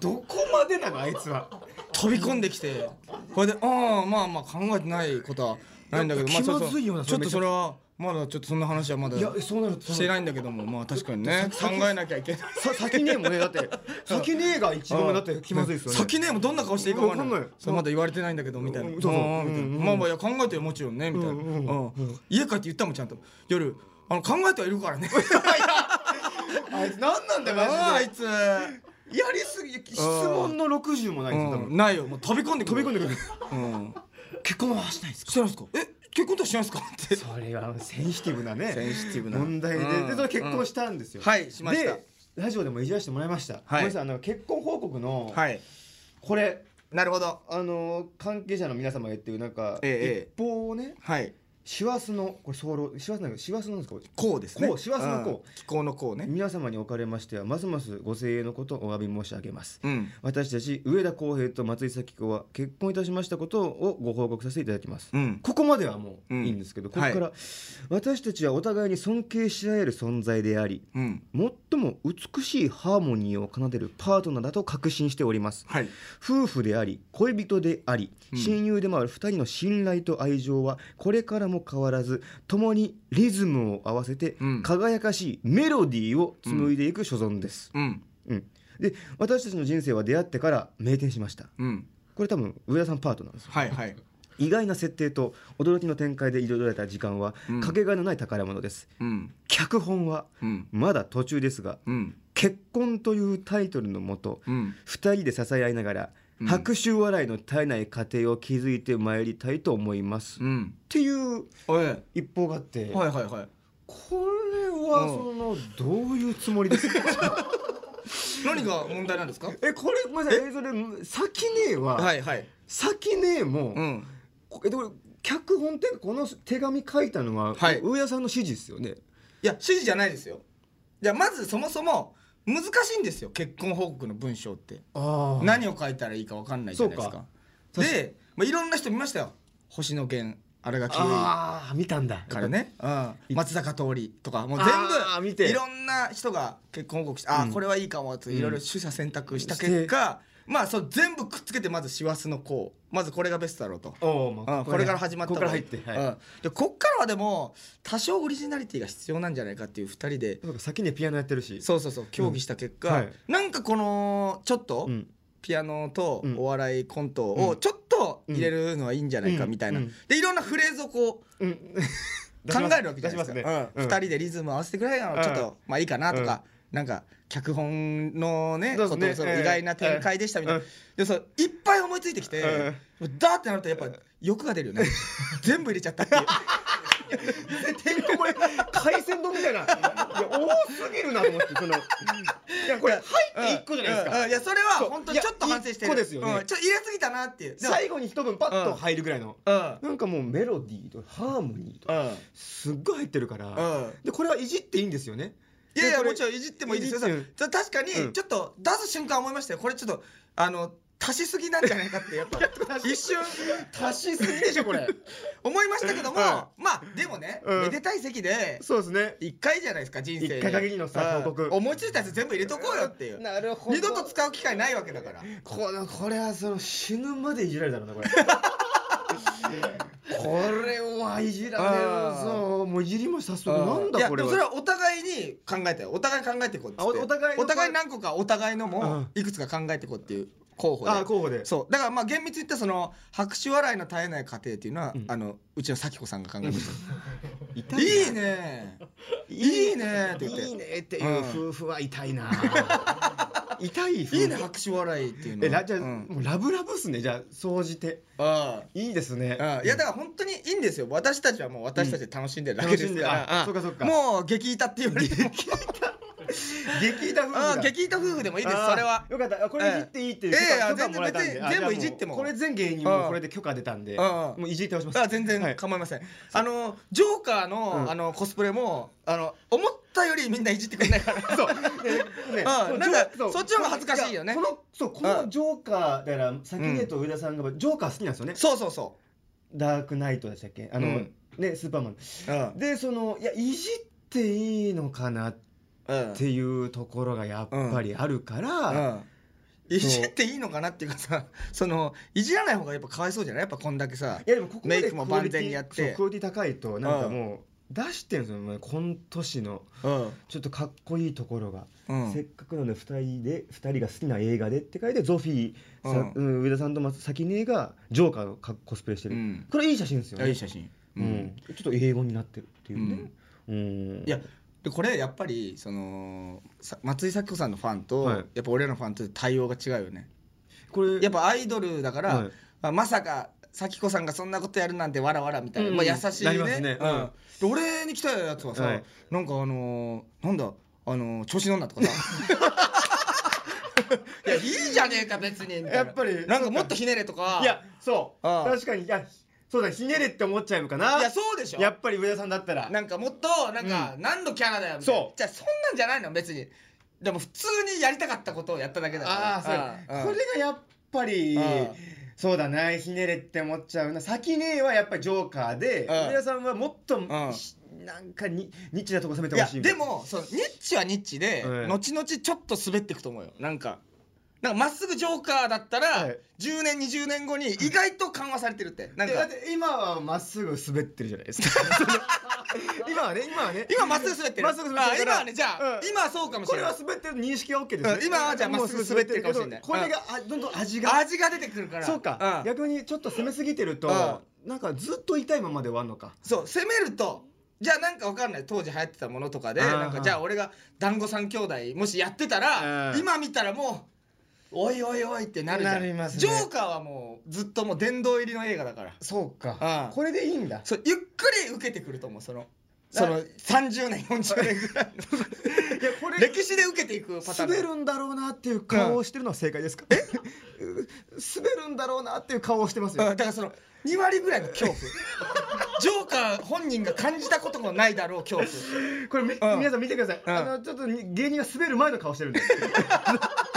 S4: どこまでなのあいつは」
S3: 飛び込んできてこれで「ああまあまあ考えてないことはないんだけど
S2: やっぱ
S3: まあ、
S2: 気まずいよな
S3: ちょっと
S2: そ
S3: それはまだちょっとそんな話はまだ
S2: いやそうなると
S3: してないんだけどもまあ確かにね考えなきゃいけない。
S2: さ先ねえもんねだって先ねえが一番だって気まずいですよね
S3: 先ねもうどんな顔していいか分かんな
S2: わ
S3: い
S2: かんない
S3: それまだ言われてないんだけどみたいな
S2: うんそうそう
S3: あーみたいな
S2: うん
S3: まあまあいや考えてよもちろんねみたいなうん家帰って言ったもんちゃんと夜あの考えてはいるか らね
S4: あいつ何なんだよ
S3: あ
S4: マ
S3: ー
S4: ジ
S3: いつ
S4: でやりすぎ質
S2: 質問の60もないですよ多
S3: う
S2: 分
S3: んないよもう飛び込んでくる
S2: 飛び込んでくる
S3: うん
S2: 結婚はしないです
S3: してないんすかえ結婚とかしないんすかって
S2: それはセンシティブなね
S3: センシティブな
S2: 問題で
S3: うん
S2: でそれ結婚したんですよ
S3: うんはいしました
S2: でラジオでもいじらせてもらいましたごめ
S3: はい
S2: んなさいあの結婚報告の
S3: はい
S2: これ
S3: なるほど
S2: あの関係者の皆様へっていうなんか
S3: ええ
S2: 一報をね
S3: はい
S2: 師走のこれソロ師走なんか師走なんですかこれ
S3: こうですね
S2: こう師走のこ
S3: うん気候のこうね
S2: 皆様におかれましてはますますご声援のことをお詫び申し上げます
S3: うん
S2: 私たち上田浩平と松井咲子は結婚いたしましたことをご報告させていただきます、
S3: うん
S2: ここまではもう
S3: うん
S2: いいんですけど、ここから、私たちはお互いに尊敬し合える存在であり
S3: うん
S2: 最も美しいハーモニーを奏でるパートナーだと確信しております
S3: はい
S2: 夫婦であり恋人であり
S3: うん
S2: 親友でもある2人の信頼と愛情はこれからも変わらず共にリズムを合わせて
S3: うん
S2: 輝かしいメロディーを紡いでいく所存です、
S3: うん
S2: うん、で私たちの人生は出会ってから明転しました
S3: うん
S2: これ多分上田さんパートなんですよ
S3: はいはい
S2: 意外な設定と驚きの展開で彩られた時間は
S3: うん
S2: かけがえのない宝物です、
S3: うん
S2: 脚本は
S3: うん
S2: まだ途中ですが
S3: うん
S2: 「結婚」というタイトルのもと
S3: うん
S2: 2人で支え合いながら
S3: うん
S2: 拍手笑いの絶えない過程を築いてまいりたいと思います、っ
S3: うん
S2: ていう
S3: おい
S2: 一報があって、
S3: はいはいはい
S2: これはそのどういうつもり ですか
S3: 何が問題なんですか
S2: えこれごめんなさいえそれ先ねえは、
S3: はいはい
S2: 先ねえも、
S3: うん
S2: えでこれ脚本っていうかこの手紙書いたのは、
S3: はい
S2: 上田さんの指示ですよね
S3: いや指示じゃないですよじゃあまずそもそも難しいんですよ結婚報告の文章って
S2: ああ
S3: 何を書いたらいいか分かんないじゃないですか
S2: そうか
S3: で、まあ、いろんな人見ましたよ星野源あれが黄色
S2: ああ見たんだ
S3: いからね、うん、松坂桃李とかもう全
S2: あー見て
S3: 部いろんな人が結婚報告して、ああこれはいいかもっていろいろ取捨選択した結果、まあそう全部くっつけてまず師走の子まずこれがベストだろうと
S2: おお、ま
S3: うん、これから始まった
S2: ここから
S3: 方が
S2: 入
S3: い
S2: っ
S3: い
S2: て、
S3: う
S2: は
S3: ん、でこっからはでも多少オリジナリティが必要なんじゃないかっていう2人で
S2: い、なんか先にピアノやってるし
S3: そうそうそう協議した結果、
S2: うんはい
S3: なんかこのちょっと
S2: うん
S3: ピアノと
S2: うん
S3: お笑いコントをちょっと入れるのはいいんじゃないかみたいな、
S2: うんうん
S3: でいろんなフレーズをこう
S2: うん
S3: 考えるわけじ
S2: 出
S3: ゃないですか、
S2: しますね
S3: うん、2人でリズム合わせてくれないのちょっと、
S2: うん
S3: まあいいかなとか、なんか脚本のね
S2: そう
S3: こ
S2: ですね
S3: とをその
S2: ええ
S3: 意外な展開でしたみたいな、
S2: え
S3: でそういっぱい思いついてきて、
S2: え
S3: ダーってなるとやっぱ欲が出る よね全部入れちゃったっていう。
S2: てんこ盛り海鮮丼みた いないや多すぎるなと思ってそのいやこれ入って一個じゃないですか、
S3: うんうんいやそれ
S2: そう
S3: は本当にちょっと
S2: いや
S3: 反省してる
S2: 一個ですよね
S3: うんちょっと入れすぎたなっていうでも
S2: 最後に一分パッと入るぐらいの、
S3: うん
S2: なんかもうメロディーとハーモニーと
S3: うん
S2: すっごい入ってるから、
S3: うん
S2: でこれはいじっていいんですよね
S3: いやい
S2: で
S3: や
S2: これ
S3: もちろんいじってもいいですよ
S2: いじって
S3: そう確かに
S2: うん
S3: ちょっと出す瞬間思いましたよこれちょっとあの足しすぎなんじゃないかってやっぱ一瞬
S2: 足しすぎでしょこれ
S3: 思いましたけども、
S2: は
S3: まあでもね、
S2: うん
S3: めでたい席で
S2: そうですね
S3: 一回じゃないですか人生に
S2: 一回限りのさ
S3: うん
S2: 報告
S3: 思いついたやつ全部入れとこうよっていう
S2: なるほど
S3: 二度と使う機会ないわけだから
S2: これこれはその死ぬまでいじられたろうなこ れこれはいじられるぞもういじりました早速なん
S3: い
S2: だ
S3: や
S2: これ
S3: で
S2: は
S3: もそれはお互いに考えてよお互い考えていこうっつって
S2: あおお互いの
S3: お互い何個かお互いの
S2: う
S3: も
S2: ん
S3: いくつか考えていこうっていう候補で
S2: あ候補で
S3: そうだからまあ厳密に言ったその拍手笑いの絶えない過程っていうのは、
S2: ん
S3: あのうちの咲子さんが考えまし
S2: 痛
S3: たいいねいいねって言って
S2: いいねって
S3: う
S2: いうん夫婦は痛いな 痛い夫婦
S3: いいね拍手笑いっていうの
S2: えらじゃあ、
S3: うん
S2: もうラブラブっすねじゃあ総じて
S3: あ
S2: いいですね
S3: あいやだから本当にいいんですよ私たちはもう私たちで楽しんでるだけですから、
S2: 楽しんであ
S3: ん
S2: そっかそっか
S3: もう激イタって言われても
S2: 激痛夫婦
S3: あ
S2: だ
S3: あ激イタ夫婦でもいいです
S2: あー
S3: それは
S2: よかったあこれいじっていいっていう
S3: え
S2: 許可
S3: えいや
S2: 許可もらえたんで
S3: 全然
S2: あじゃあ
S3: 全部いじっても
S2: これ全芸人
S3: う
S2: も
S3: ん
S2: これで許可出たんで
S3: うん
S2: もういじって倒します
S3: あ全然
S2: はい
S3: 構いません、あのジョーカーの,、
S2: うん
S3: あのコスプレもあの思ったよりみんないじってくれないか ら
S2: そうねね
S3: うん
S2: う
S3: なんか
S2: ジョー
S3: そっちの方が恥ずかしいよね
S2: このそうこ
S3: う
S2: の
S3: ん
S2: ジョーカーだから先に言うと上田さんがジョーカー好きなんですよね
S3: そうそうそ
S2: ダークナイトでしたっけあ
S3: う
S2: の
S3: ん
S2: ねスーパーマン
S3: ううん、
S2: でそのいやいじっていいのかなっ
S3: うん
S2: ていうところがやっぱりあるか
S3: う
S2: ら、
S3: んいじっていいのかなっていうかさそのいじらない方がやっぱかわいそうじゃないやっぱこんだけさ
S2: いやでもここま
S3: メ
S2: で
S3: イクも万全にやって
S2: そうクオリティ高いとなんかもう出してるんですよもう今年の
S3: うん
S2: ちょっとかっこいいところが、
S3: うん
S2: せっかくなので2人で二人が好きな映画でって書いてゾフィーさん、
S3: う
S2: うん上田さんと松崎姉がジョーカーの格コスプレしてる、
S3: うん
S2: これいい写真ですよね
S3: いい写真
S2: うんちょっと英語になってるっていうね、うん
S3: いやでこれやっぱりそのさ松井咲子さんのファンと、
S2: はい
S3: やっぱ俺らのファンと対応が違うよね
S2: これ
S3: やっぱアイドルだから、
S2: はい
S3: あまさか咲子さんがそんなことやるなんてわらわらみたいな、
S2: うん
S3: まあ、優しい
S2: な
S3: ね
S2: りますね
S3: うんで俺に来たやつはさ、
S2: はい
S3: なんかあのーなんだあのー調子乗ん なとかさいやいいじゃねえか別にみたいな
S2: やっぱり
S3: なんかもっとひねれとか
S2: いやそう
S3: ああ
S2: 確かにいやそうだひねれって思っちゃうのかない
S3: やそうでしょ
S2: やっぱり上田さんだったら
S3: なんかもっとなんか、何のキャラだよみたいな
S2: そう
S3: じゃあそんなんじゃないの別にでも普通にやりたかったことをやっただけだから
S2: ああ
S3: ん
S2: そうこれがやっぱり
S3: うん
S2: そうだなひねれって思っちゃうな先ねえはやっぱりジョーカーで
S3: うん
S2: 上田さんはもっと
S3: ん
S2: しなんかにニッチなとこ攻めて
S3: い
S2: ほ
S3: や
S2: しいみた
S3: で
S2: いな
S3: もそうニッチはニッチで、
S2: ええ
S3: 後々ちょっと滑っていくと思うよなんかなんかまっすぐジョーカーだったら、
S2: はい
S3: 10年20年後に意外と緩和されてるってなん
S2: でだっ
S3: か
S2: て今はまっすぐ滑ってるじゃないです か今はね今はね
S3: 今まっすぐ滑ってる
S2: まっすぐ滑ってるから
S3: あ今はねじゃあ、
S2: うん
S3: 今はそうかもし
S2: こ
S3: れ
S2: れ
S3: な
S2: はい滑ってる認識は OK です
S3: う
S2: ね
S3: ん今はじゃあまっすぐ滑ってるかもしれない
S2: これがあどんどん味が
S3: 味が出てくるから
S2: そうか
S3: ん
S2: 逆にちょっと攻めすぎてると
S3: う
S2: なんかずっと痛いままで終わるのか
S3: そう攻めるとじゃあなんかわかんない当時流行ってたものとかで
S2: あー
S3: なんかじゃあ俺が団子三兄弟もしやってたら
S2: うん
S3: 今見たらもうおいおいおいってなるじゃん
S2: なりますね
S3: ジョーカーはもうずっともう殿堂入りの映画だから
S2: そう
S3: あ
S2: か
S3: あ
S2: これでいいんだ
S3: そうゆっくり受けてくると思うそのその30年40年ぐらい
S2: いやこ
S3: の歴史で受けていくパターン
S2: 滑るんだろうなっていう顔をしてるのは正解ですか、え滑るんだろうなっていう顔をしてます
S3: うん
S2: よ
S3: だからその2割ぐらいの 恐怖ジョーカー本人が感じたことのないだろう恐怖
S2: これみ、
S3: うん
S2: 皆さん見てください、
S3: うん
S2: あのちょっとに芸人が滑る前の顔してるんです あこれ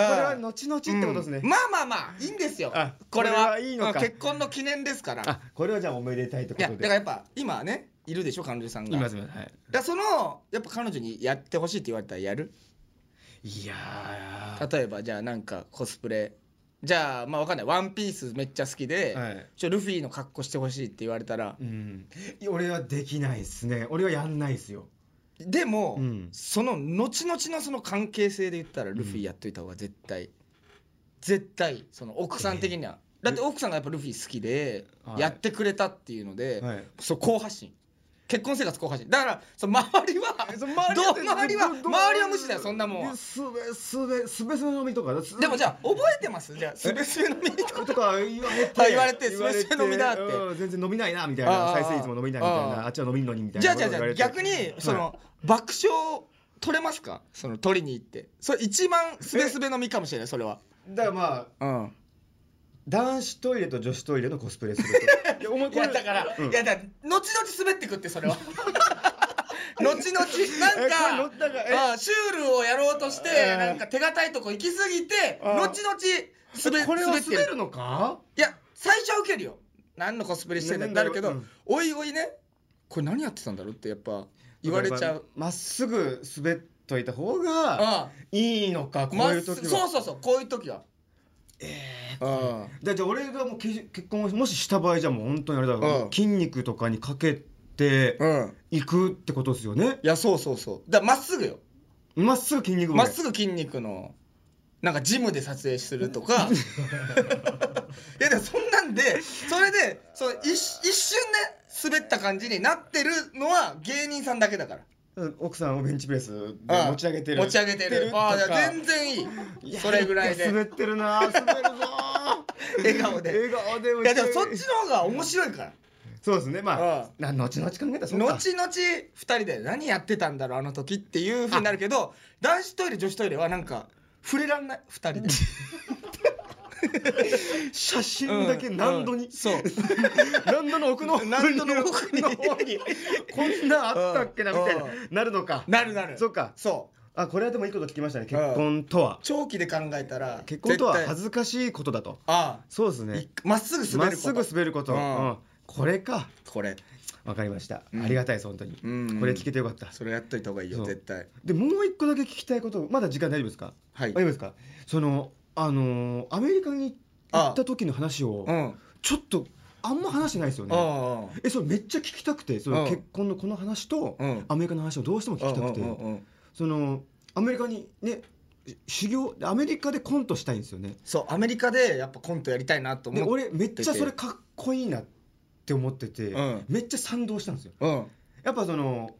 S2: は後々ってことですね、
S3: うんまあまあまあいいんですよ
S2: あ
S3: これは
S2: これはいいのか
S3: うん結婚の記念ですから
S2: あこれはじゃあおめでたいってこ
S3: いや
S2: と
S3: だ
S2: で
S3: からやっぱ今ねいるでしょ彼女さんが
S2: いま
S3: だ
S2: す
S3: か
S2: いますはい
S3: らそのやっぱ彼女にやってほしいって言われたらやる
S2: いやー
S3: 例えばじゃあなんかコスプレじゃあまあわかんないワンピースめっちゃ好きで、
S2: はい
S3: ちょルフィの格好してほしいって言われたら
S2: うん、いや俺はできないですね俺はやんないですよ
S3: でも、
S2: うん
S3: その後々のその関係性で言ったらルフィやっといた方が絶対、絶対その奥さん的には、だって奥さんがやっぱルフィ好きで
S2: はい
S3: やってくれたっていうので、
S2: はい
S3: そう好発進結婚生活好発進だからその周りは
S2: そ
S3: どう
S2: の周りは
S3: 周りは
S2: どど
S3: 周りは無視だよそんなもんは
S2: すべすべすべすべのみとか
S3: でもじ
S2: ゃ
S3: ゃあ覚えてますじゃあすべすべのみとか
S2: とか言われて
S3: あ言われてすべすべ飲みだって
S2: うん全然飲みないなみたいな
S3: あー
S2: 再生率も飲みないみたい
S3: あ
S2: な
S3: ー
S2: あっちは飲みんのにみたい
S3: じゃ
S2: な
S3: あじゃあじゃあ逆にその、爆笑取れますかその取りに行ってそれ一番すべすべのみかもしれないそれは
S2: だからまあ
S3: うん
S2: 男子トイレと女子トイレのコスプ レするといやお前
S3: いやだから、
S2: うん
S3: いやだ後々滑ってくってそれは々なん
S2: えこ
S3: か
S2: れ乗ったかえ
S3: あシュールをやろうとして、
S2: えー
S3: なんか手堅いとこ行き過ぎて、
S2: あー
S3: 後々滑
S2: これは
S3: 滑って
S2: 滑
S3: る
S2: るのか
S3: いや最初は受けるよ何のコスプレしてんだってなるけど、
S2: なんだろ
S3: おいおいねこれ何やってたんだろうってやっぱ言われちゃう
S2: まっすぐ滑っといた方が
S3: あ
S2: いいのか
S3: あ
S2: こう
S3: ま
S2: い
S3: っ
S2: う
S3: す
S2: 時
S3: ぐ
S2: は
S3: そうそうそうこういう時はええああ
S2: だじゃあ俺がもうけじ結婚をもしした場合じゃもう本当にあれだから、
S3: うん
S2: 筋肉とかにかけて
S3: うん
S2: いくってことですよね
S3: いやそうそうそうだからまっすぐよ
S2: まっすぐ筋肉
S3: まっすぐ筋肉のなんかジムで撮影す るとかいやでもそんなんでそれでその一一瞬ね滑った感じになってるのは芸人さんだけだから
S2: ぐ奥さんをベンチプレスで
S3: ああ
S2: 持ち上げてる
S3: 持ち上げてる
S2: とか
S3: ああいや全然いいそれぐらいで
S2: や滑ってるなー 滑るぞ
S3: 笑顔
S2: ー
S3: で
S2: 笑顔で
S3: いやでもそっ
S2: め
S3: ちの方が面白いから
S2: そうですねまあ
S3: あ
S2: な
S3: あ
S2: 後々考えたらそうか
S3: 後々2人で何やってたんだろうあの時っていうふうになるけど男子トイレ女子トイレはなんか触れらんない2人で
S2: 写真だけ何度に、
S3: うんそう
S2: 何度の奥の奥に
S3: 何度の奥に
S2: の方にこんなあったっけなみたいな
S3: うん
S2: なるのか
S3: なるなる
S2: そっか
S3: そう
S2: あこれはでもいいこと聞きましたね結婚とは
S3: 長期で考えたら
S2: 結婚とは
S3: 絶対
S2: 恥ずかしいことだと
S3: あ
S2: そうです
S3: あ
S2: ね
S3: いまっすぐ
S2: ま
S3: 滑
S2: っ
S3: るこ
S2: す
S3: と
S2: ぐ滑ること、
S3: うん
S2: うんこれか
S3: これ
S2: わかりました、
S3: うん
S2: ありがたいです本当に、
S3: うん
S2: これ聞けてよかった
S3: それやっといた方がいい
S2: そ
S3: よ
S2: う
S3: 絶対
S2: でもう一個だけ聞きたいことまだ時間大丈夫ですか
S3: はい
S2: 大丈夫ですかそのあのーアメリカに行った時の話を
S3: うんあ
S2: ちょっとあんま話してないですよね
S3: あ
S2: えそれめっちゃ聞きたくてそ
S3: うん
S2: の結婚のこの話と、
S3: うん
S2: アメリカの話をどうしても聞きたくて、
S3: うんうんうん
S2: そのアメリカにねし修行アメリカでコントしたいんですよね
S3: そうアメリカでやっぱコントやりたいなと思
S2: で
S3: って
S2: 俺めっちゃそれかっこいいなって思ってて、
S3: うん
S2: めっちゃ賛同したんですよ
S3: うん
S2: やっぱその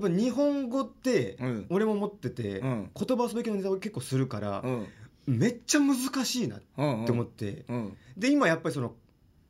S2: やっぱ日本語って
S3: うん
S2: 俺も持ってて、
S3: うん
S2: 言葉遊び系のネタを結構するから
S3: う、ん
S2: めっちゃ難しいなっ
S3: うん
S2: て思
S3: っ
S2: って、
S3: うん
S2: で今やっぱりその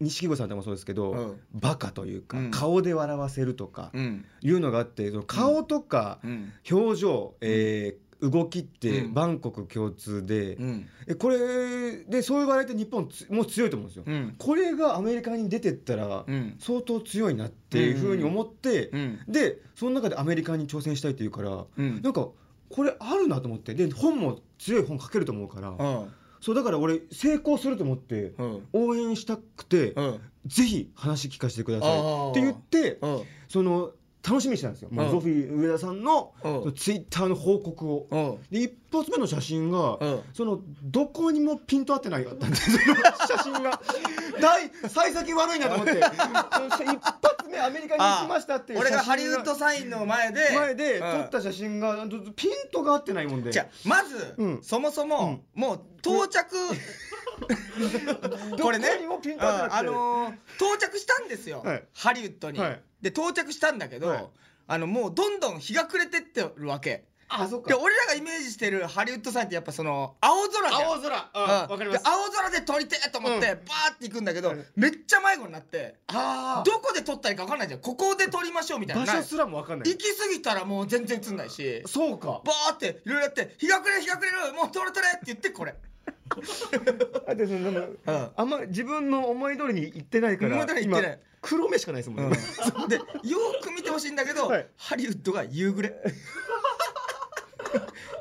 S2: 錦鯉さんでもそうですけど、
S3: うん
S2: バカというか、
S3: うん
S2: 顔で笑わせるとか
S3: うん
S2: いうのがあってその顔とか
S3: うん
S2: 表情、えー動きって
S3: うん
S2: バンコク共通で、
S3: うん
S2: えこれでそういう笑いって日本つもう強いと思うんですよ、
S3: うん
S2: これがアメリカに出てったら
S3: うん
S2: 相当強いなっていうふうに思って、
S3: うん
S2: でその中でアメリカに挑戦したいっていうから、
S3: うん
S2: なんかこれあるなと思ってで本も強い本書けると思うから、
S3: うん
S2: そうだから俺成功すると思って
S3: うん
S2: 応援したくて、
S3: うん
S2: ぜひ話聞かせてくださ
S3: あ
S2: い
S3: ー
S2: って言って
S3: うん
S2: その楽しみにしてたんですよ、もう
S3: うん
S2: ゾフィー上田さんの
S3: うん
S2: そのツイッターの報告を。
S3: うん
S2: で一発目の写真が、
S3: うん
S2: そのどこにもピンと合ってないかったんで その写真が大幸先悪いなと思ってその一発目アメリカに行きましたっていう写
S3: 俺
S2: 真
S3: がハリウッドサインの前で
S2: 前で
S3: うん
S2: 撮った写真がどどピントが合ってないもんで
S3: じゃあまず、
S2: うん
S3: そもそも、もう到着、
S2: どこにもピンと合ってなくて
S3: あのー到着したんですよ、
S2: はい
S3: ハリウッドに、
S2: はい
S3: で到着したんだけど、
S2: はい
S3: あのもうどんどん日が暮れてってるわけ
S2: あそっ
S3: で
S2: か
S3: 俺らがイメージしてるハリウッドさんってやっぱその青空で
S2: 空
S3: うん
S2: うんわ
S3: で青空で撮りてえと思って、バーって行くんだけど、めっちゃ迷子になって
S2: あー
S3: どこで撮ったらいいか分かんないじゃんここで撮りましょうみたい
S2: 場
S3: なな
S2: 所
S3: い
S2: すらもわかんない
S3: 行き過ぎたらもう全然映んないし
S2: そうか
S3: バーっていろいろやって「日が暮れる日が暮れるもう撮れ撮れ」って言ってこれ
S2: あ でそのなんか
S3: うん
S2: あんま自分の思い通りに行ってないから
S3: 思い通りに行ってない
S2: 今黒目しかないですもんね、
S3: でよーく見てほしいんだけど、
S2: はい
S3: ハリウッドが夕 暮れ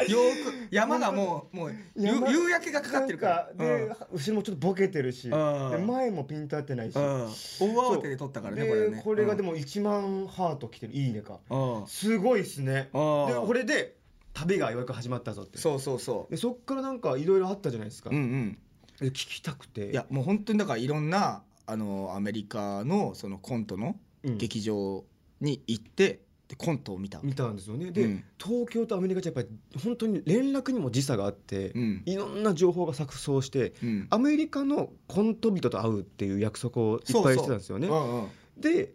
S3: よーく山がもうもう夕
S2: 山
S3: 夕焼けがかかってるから
S2: なんで、後ろもちょっとボケてるし、
S3: ん
S2: で前もピンと合ってないし、
S3: うんうん大慌てで撮ったからね
S2: で
S3: これはね
S2: これがでも1万ハート来てるいいねか
S3: うんうん
S2: すごいっすねで
S3: あー
S2: これで旅がようやく始まったぞって
S3: そうそうそう
S2: でそっからなんかいろいろあったじゃないですか、
S3: うんうん
S2: で聞きたくて
S3: いやもう本当にだからいろんなあのアメリカのそのコントの
S2: うん
S3: 劇場に行って、でコントを見た
S2: 見たんですよねで、
S3: うん
S2: 東京とアメリカじゃやっぱり本当に連絡にも時差があって、
S3: うん
S2: いろんな情報が錯綜して
S3: うん
S2: アメリカのコント人と会うっていう約束をいっぱいしてたんですよね
S3: うんうん
S2: で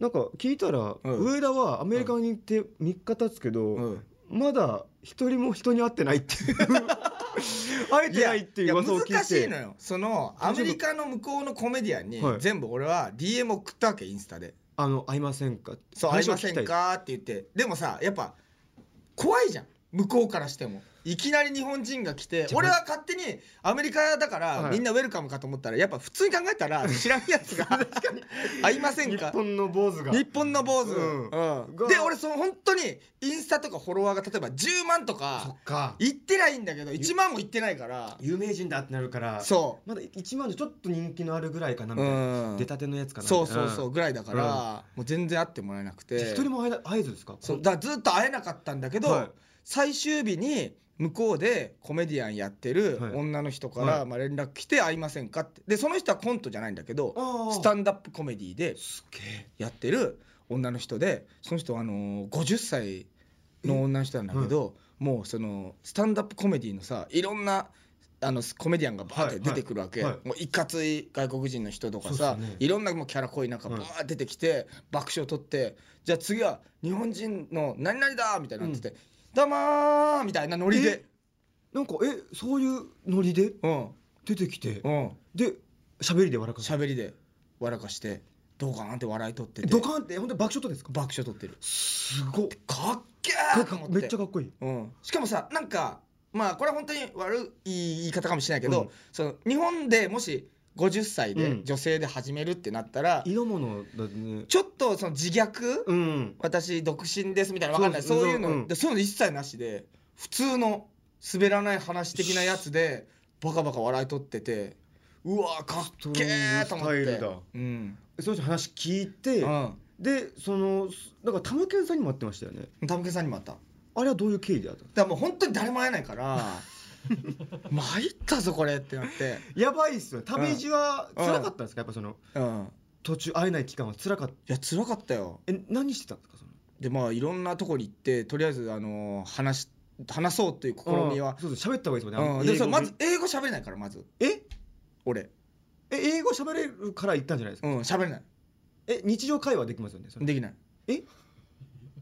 S2: なんか聞いたら、
S3: うん
S2: 上田はアメリカに行って3日経つけど、
S3: うん
S2: まだ一人も人に会ってないって いう会えてないっていう噂を聞いて
S3: や難しいのよそのアメリカの向こうのコメディアンに
S2: はい
S3: 全部俺は DM 送ったわけインスタで
S2: あの会いませんか
S3: 「そう会い
S2: 話を
S3: ま
S2: 聞
S3: せ
S2: きた
S3: んか?」って言ってでもさやっぱ怖いじゃん向こうからしてもいきなり日本人が来て
S5: じゃあ
S3: 俺は勝手にアメリカだから、
S2: はい
S3: みんなウェルカムかと思ったらやっぱ普通に考え たら知らんやつが合いません
S2: 日
S3: か
S2: 本の坊主が
S3: 日本の坊主、
S2: うん
S3: うん
S2: が
S3: で俺その本当にインスタとかフォロワーが例えば10万と
S2: そ
S3: か
S2: っか
S3: 行ってないんだけど1万も行ってないから
S2: 有名人だってなるから
S3: そ
S2: まだ1万でちょっと人気のあるぐらいかな
S3: う、
S2: みたいな、
S3: うん、
S2: 出たてのやつかな
S3: そうそうそう
S2: う
S3: ぐらいだから、もう全然会ってもらえなくて
S2: 一人も会えな会えずですか
S3: そうだからずっと会えなかったんだけど、
S2: はい
S3: 最終日に向こうでコメディアンやってる
S2: はい
S3: 女の人から、
S2: はい
S3: まあ、連絡来て会いませんかってでその人はコントじゃないんだけど
S2: ああ
S3: スタンダップコメディです
S2: げえ
S3: やってる女の人でその人はあのー50歳の女の人なんだけど、もうそのスタンダップコメディのさいろんなあのコメディアンがバーって出てくるわけ、
S2: はいはい
S3: もういかつい外国人の人とか
S2: そう
S3: さ、
S2: ですよね
S3: いろんなもうキャラ濃い中
S2: は
S3: バ
S2: い
S3: ーって出てきて爆笑取ってじゃあ次は日本人の何々だみたいになってて「どうもー」みたいなノリで、
S2: なんかえそういうノリで
S3: うん
S2: 出てきて
S3: うん
S2: で喋りで笑かす
S3: 喋りで笑かしてドカーンって笑い取ってて
S2: ドカンって本当に爆笑とですか
S3: 爆笑取ってる
S2: すごっ
S3: かっけ
S2: か
S3: ー
S2: っ
S3: と思 って
S2: めっちゃかっこいい
S3: うん、しかもさなんかまあこれは本当に悪い言い方かもしれないけど、
S2: うん
S3: その日本でもし50歳
S2: う
S3: で
S2: ん
S3: 女性で始めるってなったら、
S2: 色物だね
S3: ちょっとその自虐、
S2: うん
S3: 私独身ですみたいなわかんない
S2: そ
S3: そうういうの、
S2: うん
S3: でそういうの一切なしで普通の滑らない話的なやつでバカバカ笑い取っててうわーかっけーと思
S2: ストロングス
S3: って
S2: タイルだ
S3: うん
S2: その人の話聞いて
S3: う
S2: でそのすだから玉ンさんにも会ってましたよね
S3: ん、タムケンさんにもあっただか
S2: あれはどういう経緯であった
S3: らもう本当に誰も会えないから 参ったぞこれってなって、
S2: やばいっすよね旅路は辛かったんですかやっぱその
S3: うん、
S2: 途中会えない期間は辛かった
S3: いや辛かったよ
S2: え何してたんですかその
S3: でまあいろんなとこに行ってとりあえずあのー話し話そうという試みは
S2: あー、そうそう喋った方がいいですもんねあの
S3: うん、で
S2: 英
S3: も
S2: 語
S3: それまず英語喋れないからまず
S2: え
S3: 俺
S2: え英語喋れるから行ったんじゃないですか
S3: うん喋れない
S2: え日常会話できますよねその
S3: できない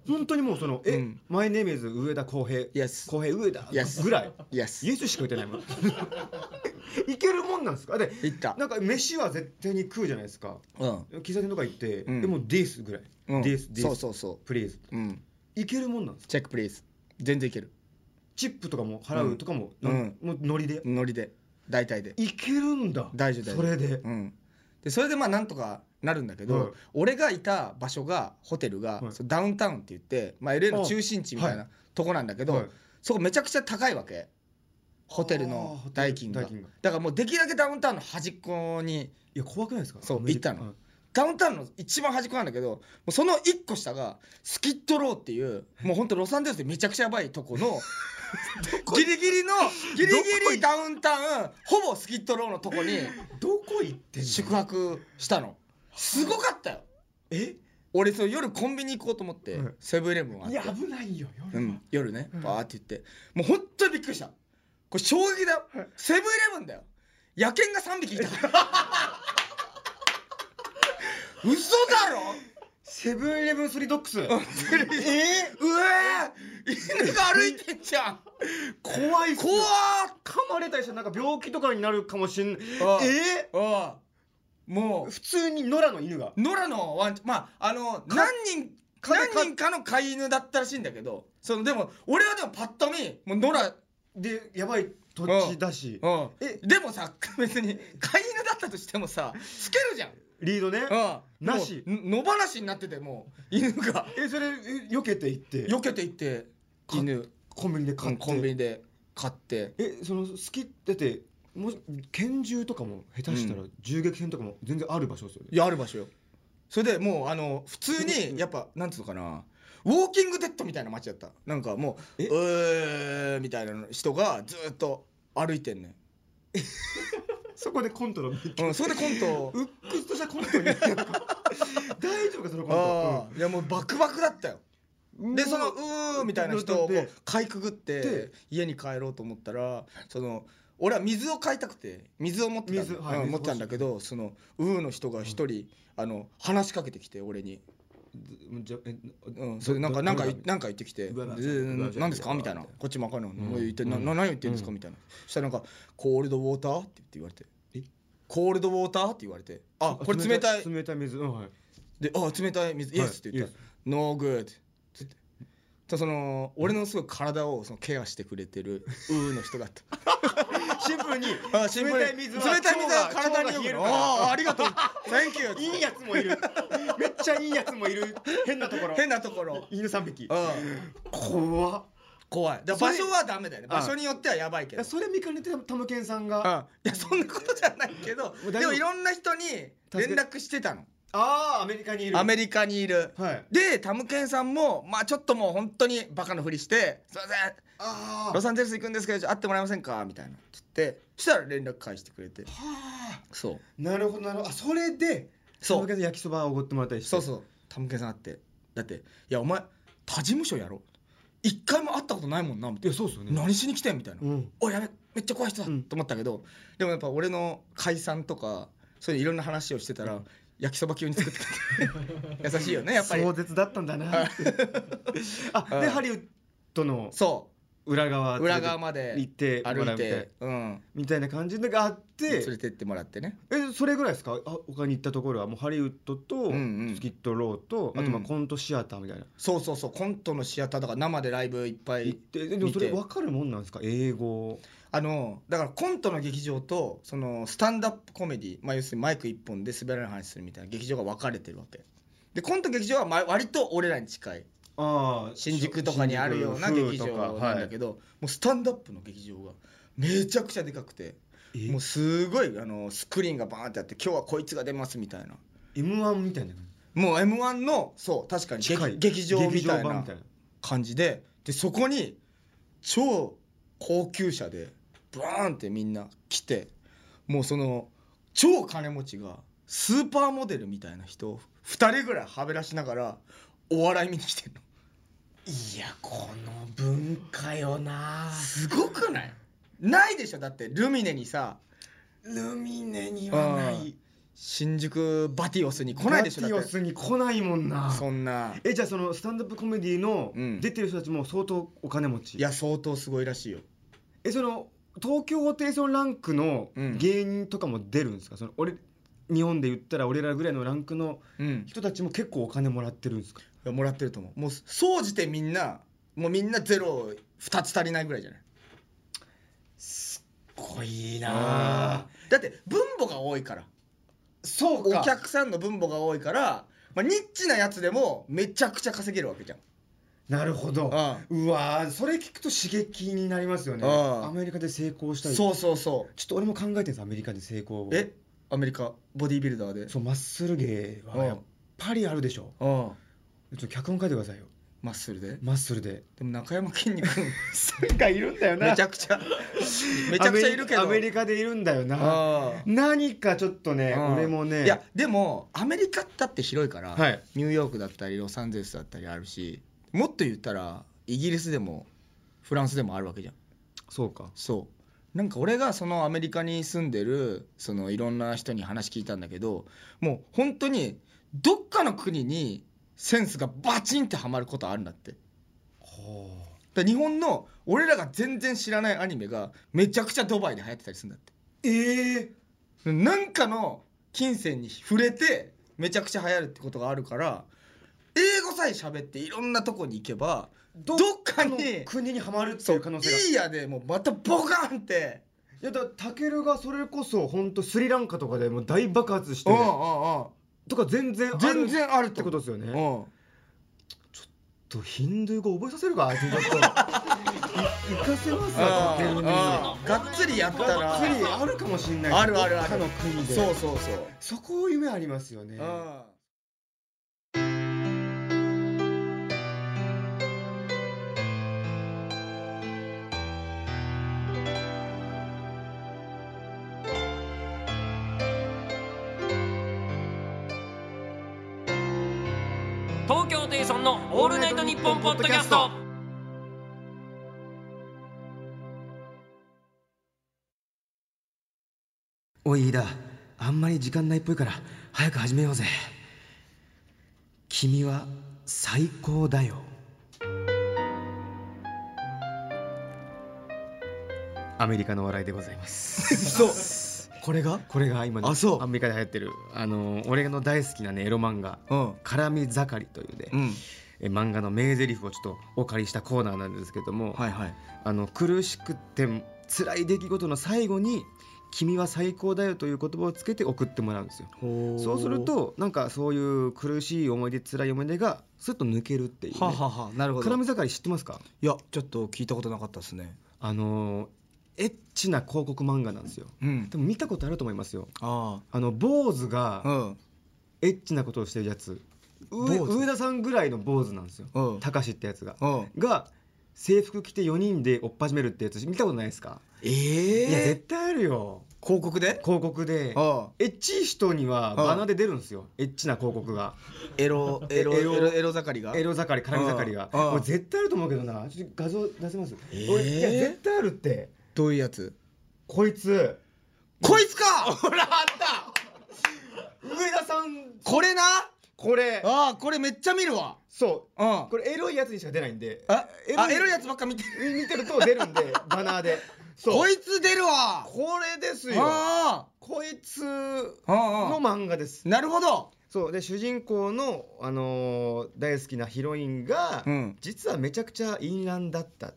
S2: 本当にもうその
S3: う
S2: え
S3: ん
S2: マイネームズ上田浩平
S3: Yes
S2: 浩平上田
S3: Yes
S2: ぐらい
S3: Yes
S2: イエスしか言ってないもんえいけるもんなんですかで
S3: 行った
S2: なんか飯は絶対に食うじゃないですか
S3: うん、
S2: 喫茶店とか行って、
S3: うん
S2: でもう This ぐらい、
S3: うん、
S2: This This
S3: そうそうそ
S2: プレイズ
S3: ううん
S2: いけるもんなんですか
S3: チェックプリーズ全然いける
S2: チップとかも払うとかも、
S3: うん
S2: なんもうノリで、
S3: ノリで大体で
S2: いけるんだ
S3: 大丈夫大丈
S2: そ
S3: 夫
S2: れで、
S3: うんでそれでまあなんとかなるんだけど、
S2: はい
S3: 俺がいた場所がホテルが、
S2: はい
S3: そうダウンタウンって言って、まあ、LA の中心地みたい
S2: は
S3: なとこなんだけど、
S2: はい
S3: そこめちゃくちゃ高いわけホテルの
S2: あー
S3: 代金が
S2: ホテルの代
S3: だからもうできるだけダウンタウンの端っこに
S2: いや怖くないですか
S3: そう
S2: アメリカ
S3: 行ったの
S2: はい
S3: ダウンタウンの一番端っこなんだけどもうその一個下がスキットローっていうもうほんとロサンゼルスでめちゃくちゃやばいとこ のギリギリのギリギリダウンタウンほぼスキットローのとこに
S2: どこ行ってんの
S3: 宿泊したのすごかったよ
S2: え
S3: 俺その夜コンビニ行こうと思って、
S2: うん
S3: セブンイレブンがあっ
S2: い
S3: て
S2: や危ないよ
S3: う
S2: 夜は
S3: ん、夜ね
S2: うん
S3: バーって言って、もう本当にびっくりしたこれ衝撃だよセブンイレブンだよ野犬が3匹いたから 嘘だろ
S2: セブンイレブンスリードックス
S3: えうわー犬が歩いてんじゃん
S2: 怖いっすよ
S3: 怖っ
S2: 噛まれたりしたらなんか病気とかになるかもしんない
S3: あ
S2: え
S3: ああも
S2: 普通に野良の犬が
S3: う野良のワンちゃんまああの何人
S2: か
S3: 何人かの飼い犬だったらしいんだけどそのでも俺はでもパッと見もう野良
S2: でやばい土地だし
S3: うん
S2: え
S3: でもさ 別に飼い犬だったとしてもさつけるじゃん
S2: リードね
S3: うん
S2: なし
S3: もうの野放しになっててもう犬が
S2: えそれえ避けていって
S3: 避けていって
S2: か
S3: 犬
S2: コンビニで
S3: コ
S2: 買っ
S3: ン
S2: て
S3: コンビニで買って
S2: えその好きだってもし拳銃とかも下手したら
S3: う
S2: 銃撃戦とかも全然ある場所ですよね
S3: いやある場所よそれでもうあの普通にやっぱなんつうのかなウォーキングデッドみたいな街だったなんかもう「
S2: え
S3: うー」みたいな人がずーっと歩いてんね
S2: そこでコントの う
S3: ん、うん、それでコント
S2: っくとしたコントに大丈夫かそのコン
S3: あ
S2: ト
S3: あ、いやもうバクバクだったよ
S2: うん
S3: でその「うー」みたいな人をこ
S2: で
S3: うかいくぐって
S2: で
S3: 家に帰ろうと思ったらその俺は水を買いたくて水を持ってたん
S2: 水
S3: だ,、
S2: はい
S3: うん
S2: 水
S3: 持ってたんだけどその「うー」の人が一人、あの話しかけてきて俺に
S2: じゃえ
S3: うん、それなんかなんか
S2: どど
S3: なんか言ってきて「
S2: うわなんか
S3: で何です
S2: う
S3: か?」
S2: わ
S3: みたいな
S2: うわ
S3: こっちも分かんない
S2: うん
S3: もう言って「な
S2: うん
S3: な何を言ってるんですか?」
S2: うん
S3: みたいなそしたらなんか「コールドウォーター?」って言われて
S2: え
S3: 「コールドウォーター?」って言われて「あこれ冷たい」
S2: 冷たい水うんはい
S3: で「あ冷たい水イエス」って言ったら「ノーグッド」っつって「とその俺のすごい体をそのケアしてくれてるうー の人だった。
S2: シンプルに
S3: あシンプル
S2: 冷たい水は
S3: 冷たい水は体
S2: 腸が
S3: によく
S2: 冷えるから
S3: ああありがとう
S2: い
S3: Thank you
S2: いやつもいるめっちゃいいやつもいる変なところ
S3: 変なところ
S2: 犬3匹
S3: うん
S2: 怖っ
S3: 怖いだから場所はダメだよね場所によってはやばいけど
S2: それ見かねてタムケンさんが
S3: あいやそんなことじゃないけど
S2: う大丈夫
S3: でもいろんな人に連絡してたの
S2: ああアメリカにいる
S3: アメリカにいる
S2: はい
S3: でタムケンさんもまあちょっともう本当にバカのふりして「すいません
S2: あ
S3: ロサンゼルス行くんですけどちょっと会ってもらえませんか?」みたいなつってそしたら連絡返してくれて
S2: あはあ
S3: そう
S2: なるほどなるほどあそれで
S3: そう
S2: タムケンさん焼きそばをおごってもらったりして
S3: そうそうタムケンさん会ってだって「いやお前他事務所やろ一回も会ったことないもんな」みたい
S2: やそうっすよ
S3: な「何しに来てん?」みたいな
S2: うん
S3: おやべめっちゃ怖い人だ、
S2: うん
S3: と思ったけどでもやっぱ俺の解散とかそういういろんな話をしてたら、焼きそば急に作って くれて優しいよねやっぱり
S2: 壮絶だったんだな あで
S3: うん
S2: ハリウッドの
S3: そ
S2: 裏側
S3: う裏側まで
S2: 行っても
S3: 歩
S2: ら
S3: いう
S2: みたいな
S3: て、うん、
S2: みたいな感じのがあっ
S3: 連
S2: て
S3: れてってもらってね
S2: えそれぐらいですかあ他に行ったところはもうハリウッドと
S3: んうん
S2: スキットローとあとまあ
S3: うん
S2: コントシアターみたいな
S3: そうそうそうコントのシアターだから生でライブいっぱ
S2: 行っ
S3: い
S2: てでもそれ
S3: 見て
S2: 分かるもんなんですか英語
S3: あのだからコントの劇場とそのスタンダップコメディ、まあ、要するにマイク一本で滑らない話するみたいな劇場が分かれてるわけでコント劇場はま割と俺らに近い
S2: ああ
S3: 新宿とかにあるような劇場なんだけど、もうスタンダップの劇場がめちゃくちゃでかくて
S2: え
S3: もうすごいあのスクリーンがバーンってあって今日はこいつが出ますみたいな
S2: M1 みたいな
S3: もう m 1のそう確かに
S2: 近
S3: 劇
S2: い
S3: 劇場みたい
S2: 劇場版
S3: な感じででそこに超高級車でブワーンってみんな来てもうその超金持ちがスーパーモデルみたいな人を2人ぐらいはべらしながらお笑い見に来てんの
S2: いやこの文化よな
S3: すごくないないでしょだってルミネにさ
S2: ルミネに
S3: はない新宿バティオスに来ないでしょだ
S2: バ
S3: っ
S2: ティオ
S3: て
S2: スに来ないもんな
S3: そんな
S2: えじゃあそのスタンダップコメディの
S3: うん
S2: 出てる人たちも相当お金持ち、
S3: いや相当すごいらしいよ
S2: えその東京ホテイソンランクの
S3: うん
S2: 芸人とかも出るんですか、その俺日本で言ったら俺らぐらいのランクの
S3: うん
S2: 人たちも結構お金もらってるんですか
S3: もらってると思うもう総じてみんなもうみんなゼロ2つ足りないぐらいじゃない
S2: 濃い
S3: あだって分母が多いから
S2: そうか
S3: お客さんの分母が多いから、まあ、ニッチなやつでもめちゃくちゃ稼げるわけじゃん
S2: なるほど
S3: ああ
S2: うわーそれ聞くと刺激になりますよね
S3: ああ
S2: アメリカで成功したい
S3: そうそうそう
S2: ちょっと俺も考えてるんですアメリカで成功を
S3: えアメリカボディービルダーで
S2: そうマッスル芸はやっぱりあるでしょ
S3: ああ
S2: ちょっと脚本書いてくださいよ
S3: マッスルで
S2: マッスルで
S3: でも中山きんに 君
S2: がいるんだよ
S3: めちゃくちゃめちゃくちゃいるけど
S2: アメリカでいるんだよな
S3: ああ
S2: 何かちょっとね
S3: うん
S2: 俺もね
S3: いやでもアメリカだって広いから、
S2: はい
S3: ニューヨークだったりロサンゼルスだったりあるしもっと言ったらイギリスでもフランスでもあるわけじゃん
S2: そうか
S3: そうなんか俺がそのアメリカに住んでるそのいろんな人に話聞いたんだけどもう本当にどっかの国にセンスがバチンってはまることあるんだって
S2: ほう
S3: だから日本の俺らが全然知らないアニメがめちゃくちゃドバイで流行ってたりするんだって
S2: ええ
S3: なんかの金銭に触れてめちゃくちゃ流行るってことがあるから英語さえ喋っていろんなとこに行けばどっかに
S2: 国にはまるって
S3: そ
S2: いうう可能性が
S3: いいやでもうまたボカンって
S2: いやだたけるがそれこそ本当スリランカとかでもう大爆発して
S3: うんうんうん
S2: とか全然ある
S3: 全然あるっ
S2: って
S3: て
S2: こ
S3: ことと
S2: ですよね
S3: うん
S2: とヒンドゥー語覚えさせるかあいつにちょっとい行かせますわ
S3: あ
S2: たけるに
S3: あがっつりやったら
S2: がっつりあるかもしんない
S3: あるあるある
S2: どっかの国で
S3: そうそうそう
S2: そこ夢ありますよね
S3: うん
S6: 東京ホテイソンのオールナイトニッポンポッドキャスト
S2: おい飯田あんまり時間ないっぽいから早く始めようぜ君は最高だよアメリカの笑いでございます
S3: そうこれが
S2: これが今ね
S3: あそう
S2: アメリカで流行ってるあの俺の大好きなねエロ漫画
S3: うん
S2: 「絡み盛り」というね、
S3: うん
S2: え漫画の名台詞をちょっとお借りしたコーナーなんですけども、
S3: はいはい
S2: あの苦しくて辛い出来事の最後に「君は最高だよ」という言葉をつけて送ってもらうんですよ。そうするとなんかそういう苦しい思い出辛い思い出がスッと抜けるっていう、ね。
S3: はははなるほど
S2: 暗目盛り知ってますか
S3: いやちょっと聞いたことなかったですね
S2: あのーエッチな広告漫画なんですよ。
S3: うん
S2: でも見たことあると思いますよ。
S3: あ
S2: あの坊主が
S3: あうん
S2: エッチなことをしてるやつう
S3: 坊主
S2: 上田さんぐらいの坊主なんですよ
S3: うん
S2: たかしってやつが
S3: うん
S2: が制服着て4人で追っ始めるってやつ見たことないですか、
S3: え
S2: いや
S3: え
S2: 絶対あるよ
S3: 広告で
S2: 広告で
S3: ああ
S2: エッチい人には
S3: ああ
S2: バナーで出るんですよエッチな広告が
S3: エロ エロ
S2: エ
S3: エ
S2: ロ
S3: ロエロ盛りが
S2: エロ盛り絡み盛りが
S3: ああああ
S2: 俺絶対あると思うけどなちょっと画像出せます、
S3: ええ
S2: 俺いや絶対あるって
S3: どういうやつ
S2: こいつ
S7: こいつか
S3: ほらあった
S2: 上田さん
S7: これな
S2: これ
S7: ああこれめっちゃ見るわ
S2: そう
S7: うん
S2: これエロいやつにしか出ないんで
S7: あ
S2: エロい
S7: あエロいやつばっか見てる
S2: 見てると出るん でバナーでそう
S7: こいつ出るわ
S2: これですよ
S7: あ
S2: こいつ
S7: ああ
S2: の
S7: あ
S2: 漫画です
S7: なるほど
S2: そうで主人公の、あのー大好きなヒロインが、
S3: うん
S2: 実はめちゃくちゃ淫乱だった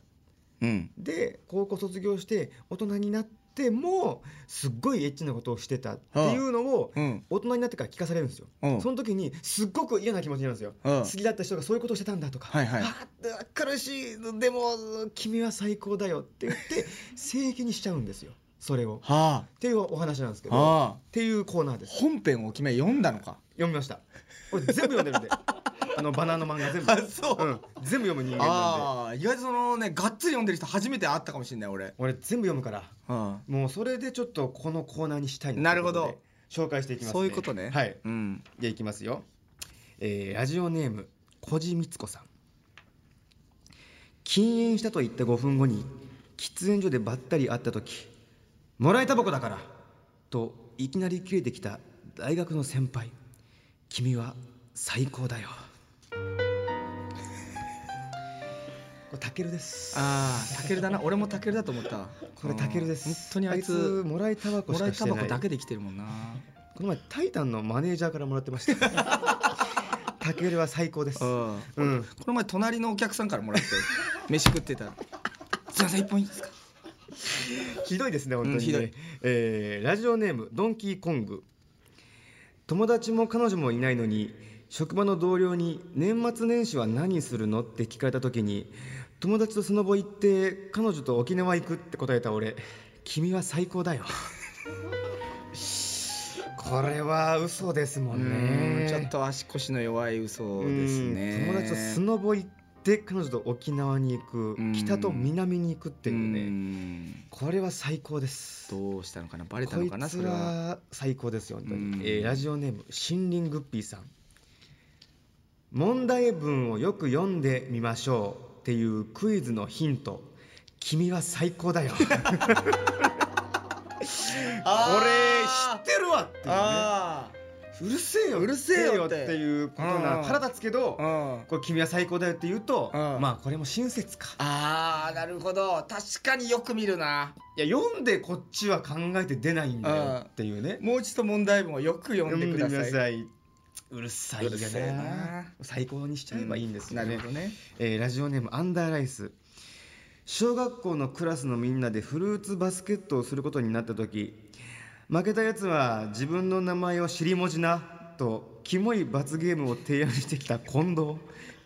S3: うん
S2: で高校卒業して大人になってもすっごいエッチなことをしてたっていうのを、
S3: うん
S2: 大人になってから聞かされるんですよ、
S3: うん
S2: その時にすっごく嫌な気持ちになるんですよ、
S3: うん
S2: 好きだった人がそういうことをしてたんだとか、
S3: はいはい
S2: あー苦しいでも君は最高だよって言 って正義にしちゃうんですよそれを
S3: は
S2: っていうお話なんですけ
S3: あ
S2: どっ
S3: ああ
S2: ていうコーナーです
S3: 本編を君は読んだのか
S2: 読みました俺全部読ん でるんであのバナーの漫画全部、
S7: あそうん
S2: 全部読む人間なんで
S7: ああ意外とそのねがっつり読んでる人初めて会ったかもしれない俺
S2: 俺全部読むから
S3: うん
S2: もうそれでちょっとこのコーナーにしたい
S3: なるほど
S2: ということで紹介していきます、ね、
S3: そういうことね
S2: はい
S3: うん
S2: でいきますよ、えーラジオネーム小路光子さん禁煙したと言った5分後に喫煙所でばったり会った時「もらいタバコだから!」といきなり切れてきた大学の先輩「君は最高 だよ」これタケルです
S3: ああタケルだな俺もタケルだと思ったわ
S2: これタケルです
S3: 本当にあいつ
S2: もらいタバコ
S3: も
S2: し
S3: ら
S2: か
S3: い
S2: して
S3: タ
S2: ない
S3: バコだけで生きてるもんな
S2: この前タイタンのマネージャーからもらってま したタケルは最高です
S3: うん
S2: うん
S3: この前隣のお客さんからもら って飯食ってたら「すいません一本いいですか?
S2: ひどいですね本当に、ね
S3: うんひどい
S2: えーラジオネームドンキーコング友達も彼女もいないのに職場の同僚に「年末年始は何するの?」って聞かれた時に「友達とスノボ行って彼女と沖縄行く」って答えた俺「君は最高だ よ」これは嘘ですも」んね
S3: うんちょっと足腰の弱い嘘ですね
S2: うん友達とスノボ行って彼女と沖縄に行く
S3: うん
S2: 北と南に行くっていう
S3: う
S2: ね
S3: ん
S2: これは最高です
S3: どうしたのかなバレた
S2: こ
S3: の
S2: い
S3: かな
S2: つ
S3: それは
S2: は最高ですよ本当に
S3: うん、
S2: えーラジオネーム森林グッピーさん問題文をよく読んでみましょうっていうクイズのヒント君は最高 だよこれ知
S7: あ
S2: ってるわっていうね
S7: あ
S2: うるせえよ
S7: うるせえよって
S2: っていうことな
S7: うん
S2: 腹立つけど
S3: うん
S2: これ君は最高だよって言うと
S3: うん
S2: まあこれも親切か
S7: ああなるほど確かによく見るない
S2: や読んでこっちは考えて出ないんだよっていうね
S7: もう一度問題文をよく読んでください
S2: いうるさいよ
S7: うるせえ
S2: な
S7: な
S2: 最高にしちゃえばいいんですよ
S3: な
S2: ね
S3: るほどね
S2: えーラジオネームアンダーライス小学校のクラスのみんなでフルーツバスケットをすることになった時負けたやつは自分の名前を尻文字なとキモい罰ゲームを提案してきた近藤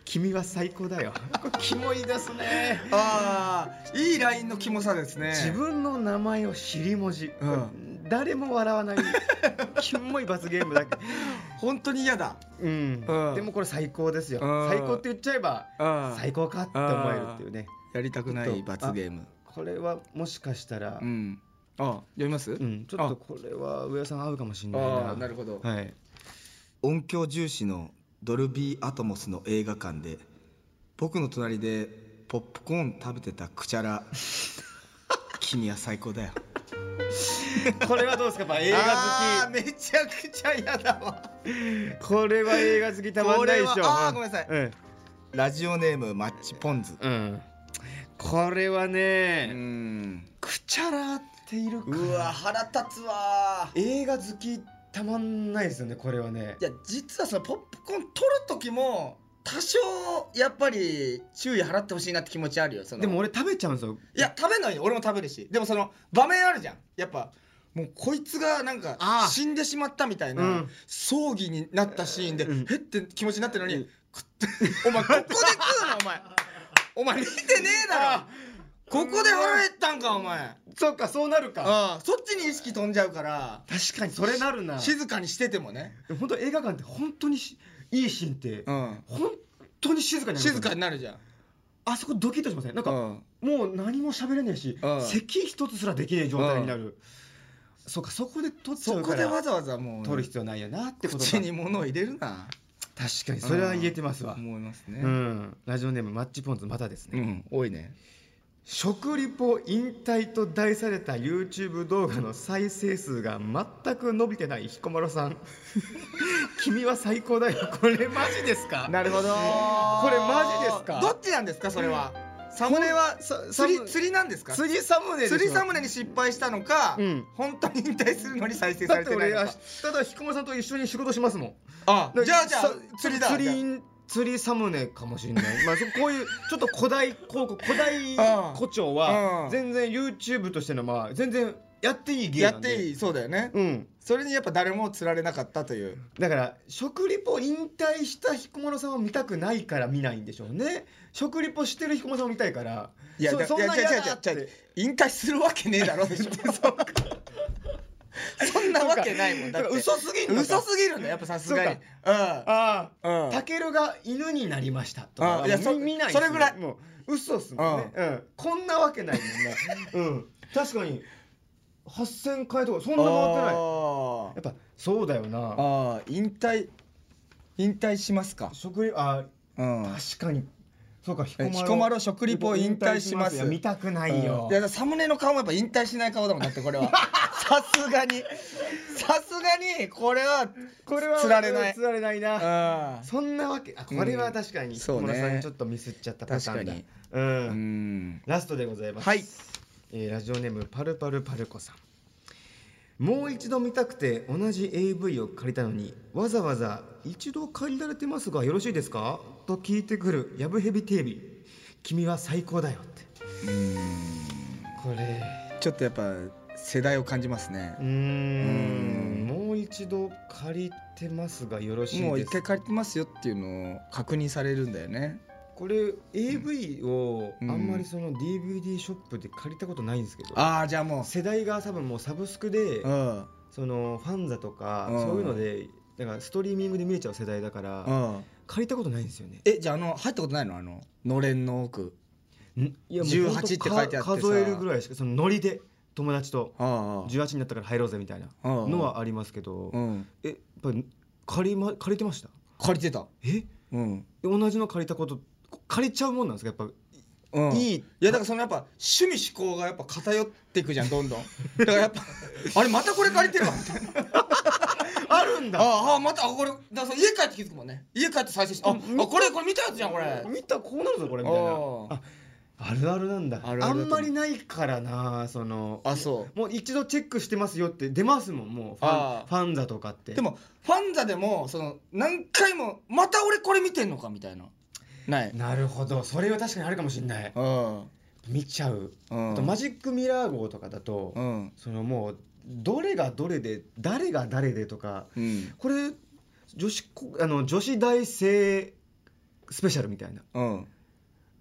S2: 君は最高だよこれキモいですね
S7: ああいいラインのキモさですね
S2: 自分の名前を尻文字、
S3: うん
S2: 誰も笑わないキモい罰ゲームだけど
S7: 本当に嫌だ
S2: うん
S3: うん
S2: でもこれ最高ですよ
S3: うん
S2: 最高って言っちゃえば
S3: うん
S2: 最高かって思えるっていうね
S3: やりたくな
S2: ちょっ
S3: い
S2: と
S3: 罰ゲーム
S2: これはもしかしたら、う
S3: うんんあ読みます
S2: ちょっとこれは上田さん合うかもしれないな
S7: ああなるほど
S2: はい、
S8: 音響重視のドルビーアトモスの映画館で僕の隣でポップコーン食べてたクチャ ラ君は最高だよ
S2: これはどうですかやっぱ映
S7: あ
S2: 画
S7: ーめちゃくちゃ嫌だわ
S2: 好きこれは映画好きたまんないでしょ
S7: これはあーごめんなさい
S2: うん、
S8: ラジオネームマッチポンズ
S2: うん、これはね、
S3: うん
S2: くちゃらっているから
S7: うわ腹立つわ
S2: 映画好きたまんないですよねこれはね
S7: いや実はそのポップコーン取る時も
S3: 多少やっぱり注意払ってほしいなって気持ちあるよその
S5: でも俺食べちゃうんですよ
S3: いや食べないよ俺も食べるしでもその場面あるじゃんやっぱもうこいつがなんか
S5: あー
S3: 死んでしまったみたいな、
S5: うん
S3: 葬儀になったシーンで、
S5: うん
S3: へって気持ちになってるの に、食ってお前ここで食うなお前お前見てねえだろここで腹減ったんかお前あ
S2: そっかそうなるか
S3: あそっちに意識飛んじゃうから
S2: 確かにそれなるな
S3: 静かにしててもね、
S2: でも本当映画館って本当にしいいシーンって
S3: うん、
S2: 本当に静かになる
S3: 静かになるじゃん
S2: あそこドキッとしませんなんか、
S3: うん
S2: もう何も喋れねえし、
S3: うん
S2: 咳一つすらできねえ状態になる、そうかそこで撮っちゃ
S3: そうこ
S2: か
S3: でわ
S2: ら
S3: ざわざもう
S2: 撮る必要ないよなってことか
S3: 口に物を入れるな
S2: 確かにそれは言えてますわ
S3: 思います
S2: う
S3: ね
S2: んラジオネームマッチポンズまたです
S3: う
S2: ね、
S3: ん多いね
S2: 食リポ引退と題された YouTube 動画の再生数が全く伸びてない彦摩呂 さん君は最高だよこれマジですか
S3: なるほど
S2: これマジですか
S3: どっちなんですかそれはサムネはさ釣り釣りなんですか
S2: 釣りサムネでしょ
S3: 釣りサムネに失敗したのか
S2: うん
S3: 本当に引退するのに再生さ
S2: だっ
S3: れ
S2: て
S3: てない
S2: 俺
S3: の
S2: 明
S3: か
S2: 日ただ彦摩呂さんと一緒に仕事しますもん
S3: あじゃあじゃあ
S2: さ
S3: 釣りだ
S2: 釣り釣りサムネかもしれない、 まあ、そこういうちょっと古代広告古代
S3: ああ
S2: 誇張
S3: ああ
S2: は全然 YouTube としてのまあ全然やっていい芸
S3: や
S2: な
S3: っ
S2: んで
S3: てい
S2: い
S3: いそうだよね
S2: うん
S3: それにやっぱ誰も釣られなかったという
S2: だから食リポ引退した彦摩呂さんを見たくないから見ないんでしょうね食リポしてる彦摩呂さんを見たいから
S3: いや
S2: そ
S3: だ
S2: そんな
S3: 違う
S2: 嫌
S3: 違う
S2: だっ
S3: 違う違う
S2: て
S3: 引退するわけねえだろでしょそんなわけないもんだって
S2: 嘘すぎんのか
S3: 嘘すぎるんだやっぱさすがに
S2: そう
S3: うん
S2: あ
S3: うん
S2: あたけるが犬になりましたとか
S3: あいやそ
S2: み見ないっす
S3: それぐらい
S2: もう嘘っすもんね、うんこんなわけ ないもんなうん確かに8000回とかそんな回ってないや
S3: あ
S2: っぱそうだよな
S3: あー引退引退しますか、
S2: 食リあ
S3: うん、
S2: 確かにそうか彦
S3: え彦摩呂食リポ引退します
S2: いや見たくないよ
S3: いやだからサムネの顔もやっぱ引退しない顔だもんだって これはさすがにさすがにこれは
S2: これは
S3: 釣られない
S2: 釣られないな、
S3: あ
S2: そんなわけあこれは確かに
S3: うん
S2: 彦
S3: そうね
S2: 摩呂さんちょっとミスっちゃったパターンだ
S3: 確
S2: う、
S3: うんん
S2: ラストでございます
S3: はい
S2: えーラジオネームパルパルパルコさんもう一度見たくて同じ AV を借りたのにわざわざ「一度借りられてますがよろしいですか?」と聞いてくるヤブヘビテレビ「君は最高だよ」ってこれ
S3: ちょっとやっぱ世代を感じますね
S2: うーんもう一度借りてますがよろしい
S3: もう
S2: で
S3: 一
S2: すか
S3: 回借りてますよっていうのを確認されるんだよね
S2: これ AV をあ
S3: うん
S2: んまりその DVD ショップで借りたことないんですけど、
S3: ああじゃあも
S2: 世代が多分もうサブスクで、
S3: ううん
S2: そのファンザとか、
S3: うん
S2: そういうのでなんかストリーミングで見れちゃう世代だから、
S3: うん
S2: 借りたことないんですよね。
S3: えじゃああの入ったことないのあののれんの奥
S2: いやもう
S3: 18
S2: ほんと
S3: って書いてあってさ
S2: か数えるぐらいしかそのノリで友達と
S3: あ
S2: 18になったから入ろうぜみたいな
S3: うん
S2: のはありますけど、
S3: うん
S2: えやっぱり借り,、ま、借りてました
S3: 借りてた
S2: え
S3: うん
S2: 同じの借りたこと借りちゃうもんなんですかやっぱ
S3: うん、
S2: いい
S3: いやだからそのやっぱ趣味思考がやっぱ偏っていくじゃんどんどんだからやっぱ あれまたこれ借りて るわみたいな
S2: あるんだ
S3: ああまたあこれだからその家帰って気づくもんね家帰って再生してああこれこれ見たやつじゃんこれ
S2: 見たらこうなるぞこれみたいな
S3: あ
S2: ああるあるなんだ
S3: あるあるだと思うん
S2: まりないからなその
S3: あそ
S2: もう一度チェックしてますよって出ますもんもうファ
S3: あー
S2: ンファンザとかって
S3: うでもファンザでもその何回もまた俺これ見てんのかみたいなない
S2: なるほどそれは確かにあるかもしれない
S3: うん
S2: 見ちゃう、
S3: うん
S2: あとマジックミラー号とかだと、
S3: うん
S2: そのもうどれがどれで誰が誰でとか
S3: うん
S2: これ女子こあの女子大生スペシャルみたいな
S3: うん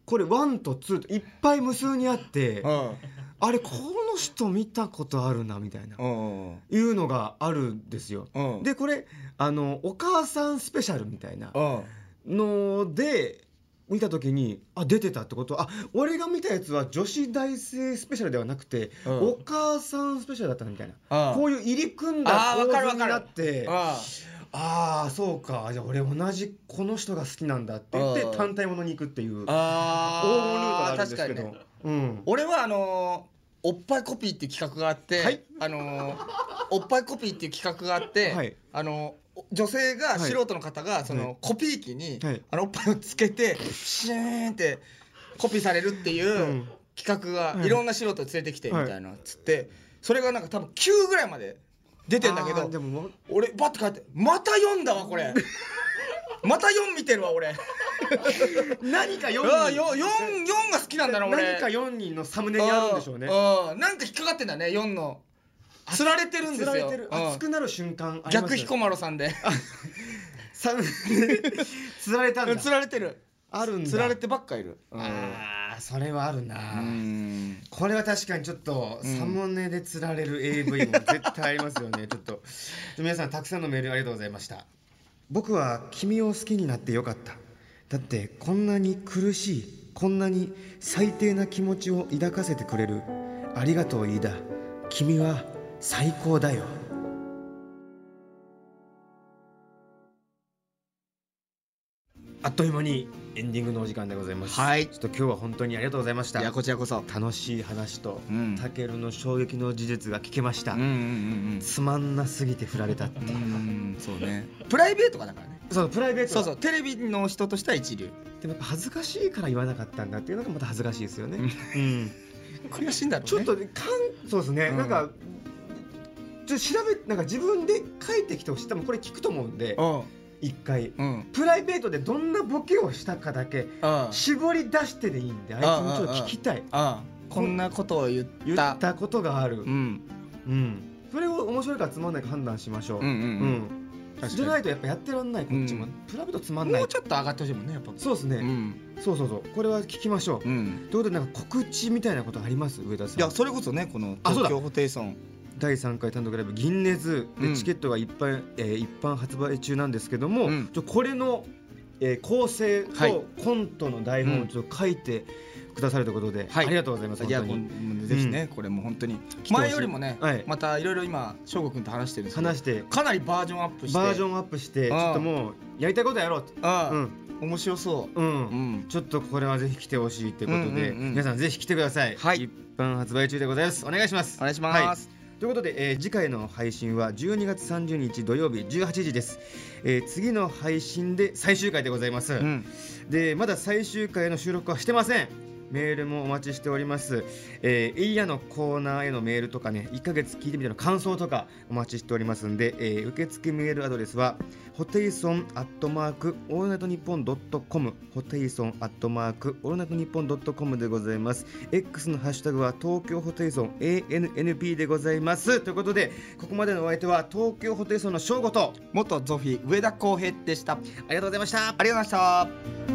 S2: これ1と2といっぱい無数にあって
S3: うん
S2: あれこの人見たことあるなみたいな
S3: うん
S2: いうのがあるんですよ。
S3: うん
S2: でこれあのお母さんスペシャルみたいな
S3: うん
S2: ので見た時にあ出てたってことはあ俺が見たやつは女子大生スペシャルではなくて、
S3: うん
S2: お母さんスペシャルだったのみたいな、
S3: あ
S2: こういう入り組んだ
S3: あーわ
S2: 構
S3: かる
S2: 図
S3: わ
S2: に
S3: かる
S2: なってあ
S3: あ
S2: あーそうかじゃあ俺同じこの人が好きなんだって言って
S3: うん
S2: 単体ものに行くっていう黄金ルート
S3: あ
S2: がある
S3: ー
S2: んですけ
S3: 確か
S2: ど、
S3: にね
S2: うん、
S3: 俺はあのーおっぱいコピーっていう企画があって、
S2: はい
S3: あのーおっぱいコピーっていう企画があって、
S2: はい
S3: あのーお女性が、
S2: い
S3: 素人の方がその、
S2: はい
S3: コピー機に、
S2: はい
S3: あのおっぱいをつけてシーンってコピーされるっていううん企画が、
S2: はい
S3: いろんな素人を連れてきてみ
S2: はい
S3: たいなっつって、それがなんか多分9ぐらいまで出てんだけ
S2: あー
S3: ど
S2: でも
S3: 俺バッて帰って「また読んだわこれ」また4見てるわ俺
S2: 何か4
S3: ああ
S2: 人
S3: よ四四が好きなんだな俺
S2: 何か4人のサムネにあるんでしょうね
S3: ああなんか引っかかってんだね4のつられてるんですよ
S2: つられてる
S3: うん
S2: 熱くなる瞬間あります
S3: 逆彦摩呂さんで
S2: サ ムネつられたん だ
S3: つられてる
S2: あるんだ
S9: 釣られてばっかいるうん
S2: あーそれはあるな
S9: うん
S2: これは確かにちょっとサムネで釣られる AV も絶対ありますよねちょっと皆さんたくさんのメールありがとうございました僕は君を好きになってよかっただってこんなに苦しいこんなに最低な気持ちを抱かせてくれるありがとう飯田君は最高だよあっという間にエンディングのお時間でございます
S9: はい
S2: ちょっと今日は本当にありがとうございました
S9: いやこちらこそ
S2: 楽しい話と、
S9: うん
S2: タケルの衝撃の事実が聞けました、
S9: うんうん
S2: つまんなすぎて振られたっていう
S9: うんうんそうね
S3: プライベートがだからね
S2: そのプライベート
S3: そ
S2: は
S3: うそうテレビの人として は一流
S2: でもやっぱ恥ずかしいから言わなかったんだっていうのがまた恥ずかしいですよね、うん、
S3: 悔しいんだろう ね
S2: ちょっとかんそうですね、
S9: うん
S2: なんかちょっと調べなんか自分で書いてきてほしい多分これ聞くと思うんで一回
S3: うんうん
S2: プライベートでどんなボケをしたかだけ
S3: あ
S2: 絞り出してでいいんであいつもちょっと聞きたい
S3: あこんなことを言った
S2: 言ったことがある、
S9: うん
S2: うん、それを面白いかつまんないか判断しましょう、
S9: うんうんうん
S2: うん、
S9: 確かに
S2: じゃないとやっぱやってらんないこっちも、
S9: うん
S2: プライベートつまんない
S3: もうちょっと上がってほしいもんねやっぱ
S2: そうですね、
S9: うん
S2: そうそうそうこれは聞きましょう、と
S9: う
S2: い
S9: ん
S2: うことでなんか告知みたいなことあります上田さん
S9: いやそれこそねこの
S2: あそうだ
S9: 東京ホテイソン
S2: 第3回単独ライブ「銀ネズ」
S9: う
S2: で
S9: ん
S2: チケットがいっぱい、えー一般発売中なんですけども、
S9: うん
S2: ちょこれの、えー構成
S9: はい
S2: とコントの台本をちょっと書いてくださるということで、
S9: はい
S2: ありがとうございます
S9: いや
S2: 本当
S9: こ
S2: に
S9: んぜひねこれも本当に
S3: 前よりもね、
S2: はい
S3: またいろいろ今翔吾君と話してるんですけど
S2: 話して
S3: かなりバージョンアップして
S2: バージョンアップしてち
S3: ああ
S2: ょっともうやりたいことやろうって
S3: あ
S2: う
S3: あ、
S2: ん
S3: 面白そう
S2: うん
S9: うん
S2: ちょっとこれはぜひ来てほしいってことで、
S9: うんうんうん
S2: 皆さんぜひ来てください、
S9: はい
S2: 一般発売中でございますお願いします
S9: お願いします
S2: はいということで、えー次回の配信は12月30日土曜日18時です、えー次の配信で最終回でございま
S9: う
S2: す、
S9: ん
S2: でまだ最終回の収録はしてませんメールもお待ちしております、えー、エリアのコーナーへのメールとかね1ヶ月聞いてみての感想とかお待ちしておりますんで、えー受付メールアドレスはホテイソンアットマークオールナイトニッポンドットコムホテイソンアットマークオールナイトニッポンドットコムでございます X のハッシュタグは東京ホテイソン ANNP でございますということでここまでのお相手は東京ホテイソンの翔吾と
S9: 元ゾフィー上田浩平でしたありがとうございましたありがとうございました